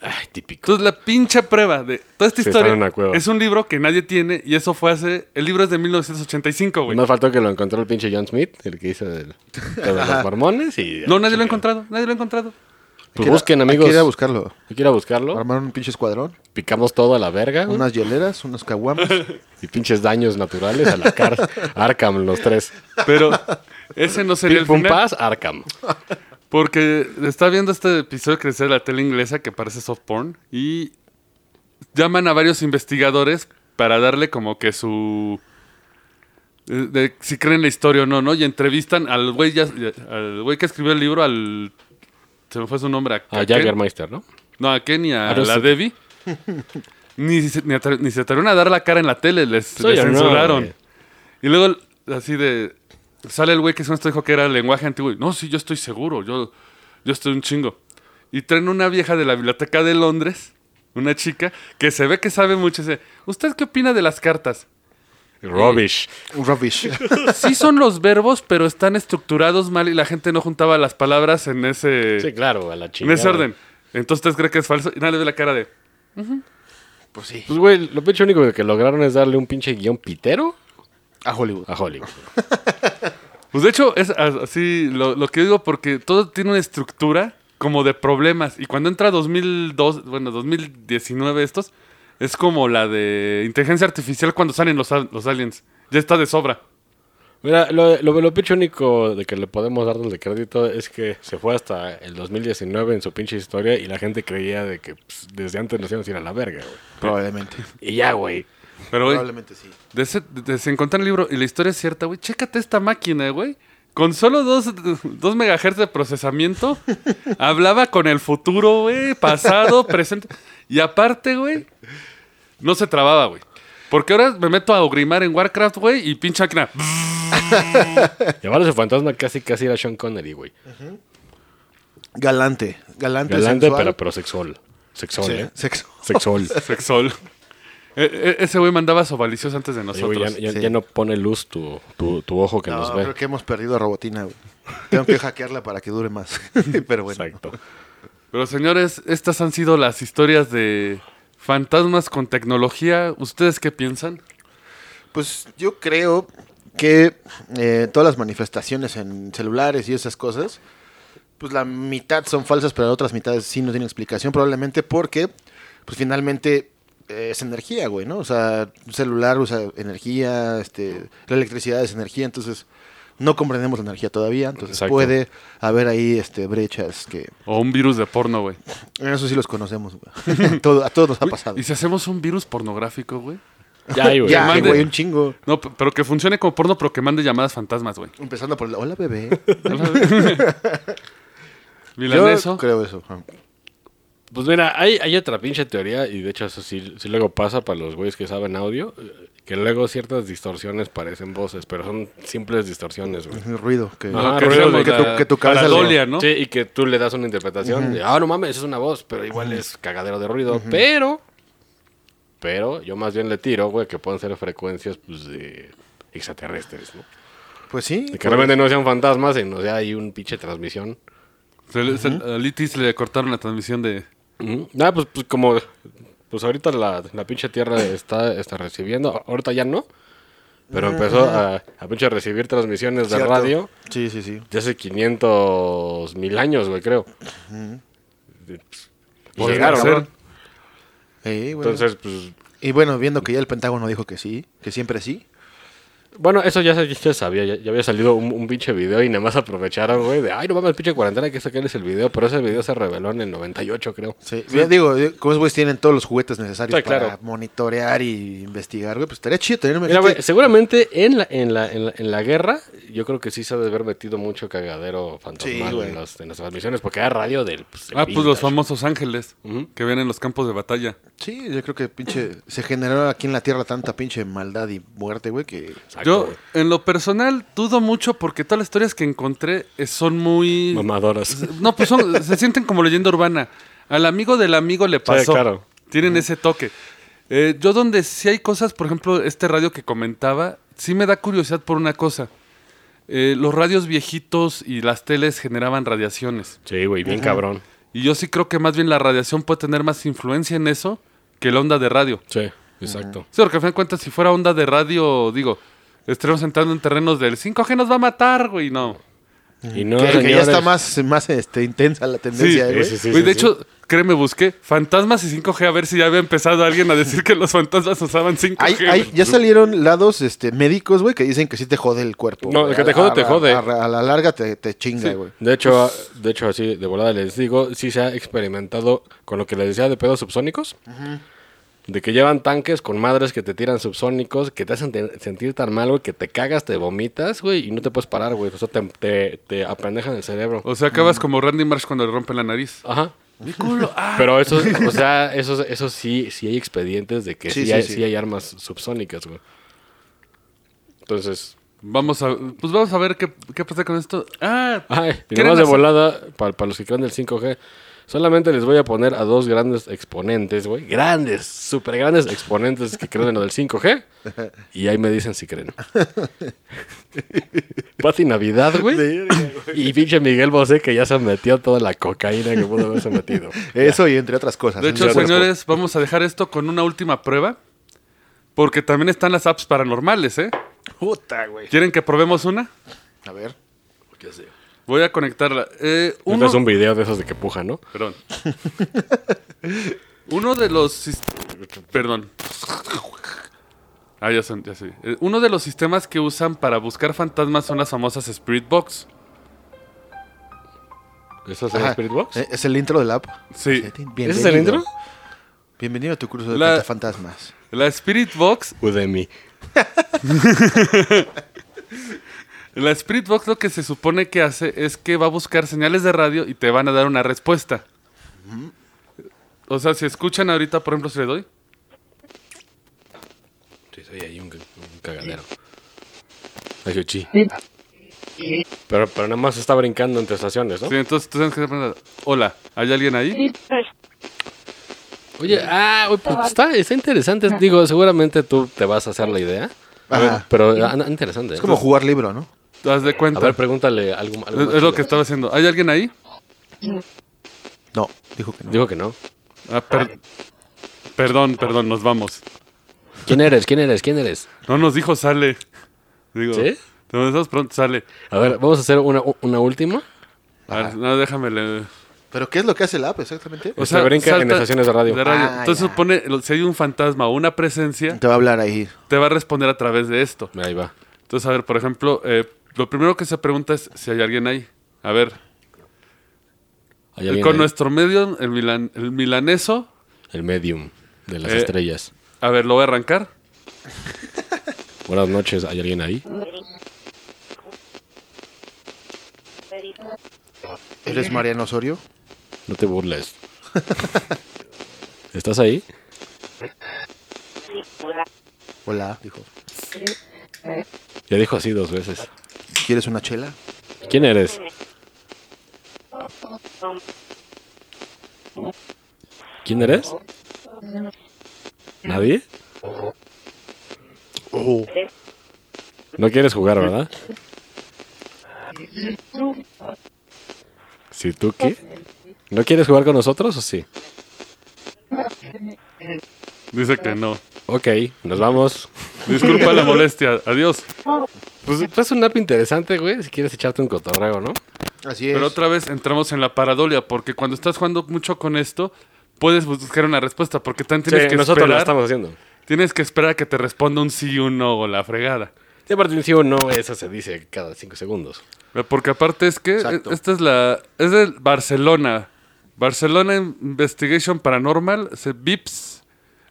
Ay, típico. Entonces, la pinche prueba de toda esta Sí, está historia en una cueva. es un libro que nadie tiene y eso fue hace. El libro es de 1985, güey. No faltó que lo encontró el pinche John Smith, el que hizo del- lo de los mormones y... No, nadie lo ha encontrado, nadie lo ha encontrado. Pues busquen, amigos. Hay que ir a buscarlo. Hay que ir a buscarlo. Armar un pinche escuadrón, Picamos todo a la verga, güey. unas hieleras, unos caguamas. Y pinches daños naturales a la car Arkham, los tres. Pero ese no sería Pim, el pum, final. paz, Arkham. Porque está viendo este episodio crecer de la tele inglesa que parece soft porn y llaman a varios investigadores para darle como que su... eh, de si creen la historia o no, ¿no? Y entrevistan al güey ya- al güey que escribió el libro, al... Se me fue su nombre. A Ken- Jaggermeister, ¿no? No, a Ken y a, A la Russell. Debbie. ni, se- ni atre- ni se atrevieron a dar la cara en la tele, les, Soy les yo, no, censuraron. güey. y luego, así de. Sale el güey que según esto dijo que era lenguaje antiguo. Y, No, sí, yo estoy seguro, yo, yo estoy un chingo. Y traen una vieja de la biblioteca de Londres, una chica, que se ve que sabe mucho. y Dice, ¿usted qué opina de las cartas? Rubbish. Rubbish. Sí son los verbos, pero están estructurados mal y la gente no juntaba las palabras en ese, Sí, claro, a la en chingada. ese orden. Entonces, ¿usted cree que es falso? Y nadie le ve la cara de... Pues sí. Pues, güey, lo pinche único que lograron es darle un pinche guión pitero A Hollywood. a Hollywood. Pues de hecho, es a- así lo, lo que digo, porque todo tiene una estructura como de problemas. Y cuando entra 2002, bueno, 2019 estos, es como la de inteligencia artificial cuando salen los, a- los aliens. Ya está de sobra. Mira, lo, lo, lo pinche único de que le podemos dar de crédito es que se fue hasta el 2019 en su pinche historia y la gente creía de que pues, desde antes nos íbamos a ir a la verga, güey. Probablemente. Y ya, güey. Pero, güey, Probablemente sí. de, ese- de- de encontrar el libro y la historia es cierta, güey, chécate esta máquina, güey. Con solo 2 dos megahertz de procesamiento, hablaba con el futuro, güey, pasado, presente. Y aparte, güey, no se trababa, güey. Porque ahora me meto a ogrimar en Warcraft, güey, y pincha máquina. Llevar a su fantasma casi casi era Sean Connery, güey. Galante. Galante, Galante, sensual. pero, pero sexual. Sexual, Sí, ¿eh? sexo. Sexual. Sexol. E- e- ese güey mandaba sobalicios antes de Oye, güey, nosotros. ya, ya- sí. ya no pone luz tu, tu, tu ojo que No, nos ve. creo que hemos perdido a Robotina, güey. Tengo que hackearla para que dure más. pero bueno. Exacto. Pero señores, estas han sido las historias de fantasmas con tecnología. ¿Ustedes qué piensan? Pues yo creo que eh, todas las manifestaciones en celulares y esas cosas, pues la mitad son falsas, pero la otras mitades sí no tienen explicación, probablemente porque, pues finalmente eh, es energía, güey, ¿no? O sea, un celular usa energía, este, la electricidad es energía, entonces no comprendemos la energía todavía, entonces Exacto. puede haber ahí este, brechas que... O un virus de porno, güey. Eso sí los conocemos, güey. Todo- a todos nos ha pasado. ¿Y si hacemos un virus pornográfico, güey? Ya, hay, güey. Ya, mande- güey, un chingo. No, p- pero que funcione como porno, pero que mande llamadas fantasmas, güey. Empezando por el... Hola, bebé. Milaneso. Yo creo eso. ajá. Pues mira, hay, hay otra pinche teoría, y de hecho eso sí, sí luego pasa para los güeyes que saben audio, eh, que luego ciertas distorsiones parecen voces, pero son simples distorsiones, güey. El ruido que, Ajá, que- sea ruido de ah, que Ah, la- tu, que tu cabeza le- paradolia, ¿no? Sí, y que tú le das una interpretación de, ah, no mames, es una voz, pero igual es cagadero de ruido, pero... Pero yo más bien le tiro, güey, que pueden ser frecuencias, pues, de extraterrestres, ¿no? Pues sí. De que realmente no sean fantasmas, sino sea hay un pinche transmisión. Se le- se- a Litis le cortaron la transmisión de... Ujú. Nada, pues, pues como pues ahorita la, la pinche tierra está, está recibiendo, ahorita ya no, pero empezó a, a pinche recibir transmisiones de Ah, Cierto. radio Sí, sí, sí. de hace 500 mil años, güey, creo. Y, pues, Podría llegaron, ser. ¿no? Eh, bueno. Entonces, pues, y bueno, viendo que ya el Pentágono dijo que sí, que siempre sí. Bueno, eso ya, se- ya se sabía, ya, ya había salido un, un pinche video y nada más aprovecharon, güey, de, ay, no mames, pinche cuarentena, hay que sacarles el video, pero ese video se reveló en el 98, creo. Sí, yo digo, yo- como esos güeyes tienen todos los juguetes necesarios Sí, claro. para monitorear y investigar, güey, pues estaría chido tener un Mira, equipo. güey, seguramente en la, en, la, en, la, en la guerra, yo creo que sí se ha de haber metido mucho cagadero fantasmal Sí, güey. en, los- en las transmisiones, porque era radio del... pues, el Ah, pues los vintage. famosos ángeles Ujú. que ven en los campos de batalla. Sí, yo creo que pinche se generó aquí en la Tierra tanta pinche maldad y muerte, güey, que Exacto, Yo, güey. en lo personal, dudo mucho porque todas las historias que encontré eh, son muy... Mamadoras. No, pues son- se sienten como leyenda urbana. Al amigo del amigo le pasó. claro. Tienen ese toque. Eh, yo donde sí hay cosas, por ejemplo, este radio que comentaba, sí me da curiosidad por una cosa. Eh, los radios viejitos y las teles generaban radiaciones. Sí, güey, bien cabrón. Y yo sí creo que más bien la radiación puede tener más influencia en eso que la onda de radio. Sí, exacto. Sí, porque al final de cuentas, si fuera onda de radio, digo, estaremos entrando en terrenos del 5G nos va a matar, güey, no. Y no, que- que, ya señores, está más, más este, intensa la tendencia, Sí, güey. sí, sí. Güey, de hecho, créeme, busqué fantasmas y 5G a ver si ya había empezado alguien a decir que los fantasmas usaban 5G. Hay- hay- güey. ya salieron lados este, médicos, güey, que dicen que sí te jode el cuerpo. No, güey. que te A- jode, a- te jode. A, a la larga te, te chinga, güey. De hecho, ah, Pues de hecho, así de volada les digo, sí se ha experimentado con lo que les decía de pedos subsónicos. De que llevan tanques con madres que te tiran subsónicos, que te hacen te- sentir tan mal, güey, que te cagas, te vomitas, güey, y no te puedes parar, güey. O sea, te, te, te apendejan el cerebro. O sea, acabas como Randy Marsh cuando le rompen la nariz. Ajá. Pero eso, o sea, eso, eso sí, sí hay expedientes de que Sí, sí, sí, hay, sí. sí hay armas subsónicas, güey. Entonces, Vamos a, pues vamos a ver qué, qué pasa con esto. Ah, Ay, y ¿quieren nomás de hacer- volada, para, los que crean del 5G, solamente les voy a poner a dos grandes exponentes, güey. Grandes, súper grandes exponentes que creen en lo del 5G. Y ahí me dicen si creen. Pati Navidad, güey. y pinche Miguel Bosé que ya se metió toda la cocaína que pudo haberse metido. Eso y entre otras cosas. ¿eh? De hecho, Entre otras señores, vamos a dejar esto con una última prueba. Porque también están las apps paranormales, ¿eh? cosas. Puta, güey. ¿Quieren que probemos una? A ver. Voy a conectarla. Eh, uno- Este es un video de esos de que puja, ¿no? Perdón. Uno de los... sis- Perdón. Ah, ya son, ya sé. Eh, Uno de los sistemas que usan para buscar fantasmas son las famosas Spirit Box. ¿Eso es Ajá. Spirit Box? Eh, ¿Es el intro del app? Sí. ¿Ese es el intro? Bienvenido a tu curso de La- fantasmas. La Spirit Box, Udemy. la Spirit Box lo que se supone que hace es que va a buscar señales de radio y te van a dar una respuesta. O sea, si escuchan ahorita, por ejemplo, si le doy. Sí, soy ahí un, un cagadero. Ay, yo chi. Pero, pero nada más está brincando entre estaciones, ¿no? Sí, entonces tú tienes que responder, Hola, ¿hay alguien ahí? Oye, ah, oye, pues está, está interesante. Digo, seguramente tú te vas a hacer la idea. Ajá. Pero ah, ah, interesante. Es como jugar libro, ¿no? Haz de A cuenta. ver, pregúntale algo. algo es, más es lo que chido. estaba haciendo. ¿Hay alguien ahí? No, dijo que no. Digo que no. Ah, per- perdón, perdón, nos vamos. ¿Quién eres? ¿Quién eres? ¿Quién eres? No nos dijo sale. Digo, ¿Sí? te mandamos pronto, sale. A ver, vamos a hacer una, una última. A ver, no, déjame le- ¿Pero qué es lo que hace el app exactamente? Se brinca en estaciones de radio. Ah, Entonces ya. supone, lo- si hay un fantasma o una presencia, Te va a hablar ahí. te va a responder a través de esto. Mira, ahí va. Entonces, a ver, por ejemplo, eh, lo primero que se pregunta es si hay alguien ahí. A ver, Hay el- alguien con ahí. nuestro medio, el, milan- el milaneso, El medium de las Eh. estrellas. a ver, lo voy a arrancar. Buenas noches, ¿hay alguien ahí? ¿Eres Mariano Osorio? No te burles. ¿Estás ahí? Hola, dijo. Ya dijo así dos veces. ¿Quieres una chela? ¿Quién eres? ¿Quién eres? ¿Nadie? Oh. No quieres jugar, ¿verdad? ¿Si tú qué? ¿No quieres jugar con nosotros o sí? Dice que no. Ok, nos vamos. Disculpa la molestia. Adiós. Pues, pues es un app interesante, güey, si quieres echarte un cotorreo, ¿no? Así es. Pero otra vez entramos en la paradolia, porque cuando estás jugando mucho con esto, puedes buscar una respuesta, porque también tienes que nosotros lo esperar. estamos haciendo. Tienes que esperar a que te responda un sí, un no o la fregada. De Martincio no, esa se dice cada cinco segundos. Porque aparte es que eh, Exacto. esta es la. Es de Barcelona. Barcelona Investigation Paranormal. Se Vips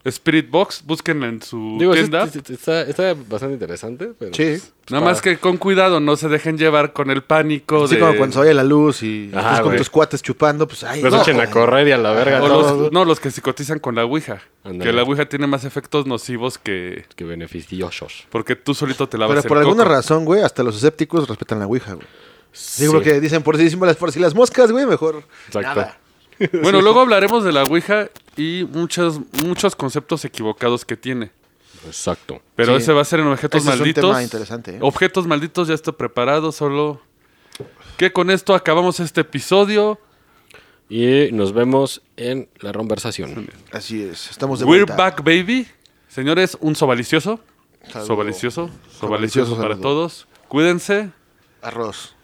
Spirit Box. Búsquenla en su Digo, sí, tienda. sí, sí, está, está bastante interesante. Pero Sí. pues, pues, Nada para- más que con cuidado, no se dejen llevar con el pánico Así de. como cuando se oye la luz y Ajá, estás con güey. tus cuates chupando, pues ay, Los no, echen a correr y a la verga. o todo, los, no, los que psicotizan con la Ouija. Ándale. Que la Ouija tiene más efectos nocivos que. Que beneficiosos. Porque tú solito te lavas Pero el por alguna coco. razón, güey, hasta los escépticos respetan la Ouija, güey. Sí, Digo que dicen por si dicen las por si las moscas, güey, mejor. Exacto. Nada. Bueno, luego hablaremos de la Ouija y muchos, muchos conceptos equivocados que tiene. Exacto. Pero Sí. ese va a ser en objetos Ese es un malditos. tema interesante, ¿eh? Objetos malditos ya está preparado, solo que con esto acabamos este episodio. Y nos vemos en la conversación. Así es, estamos de We're vuelta. back, baby. Señores, un sobalicioso. Saludo. Sobalicioso. Sobalicioso para saludo. todos. Cuídense. Arroz.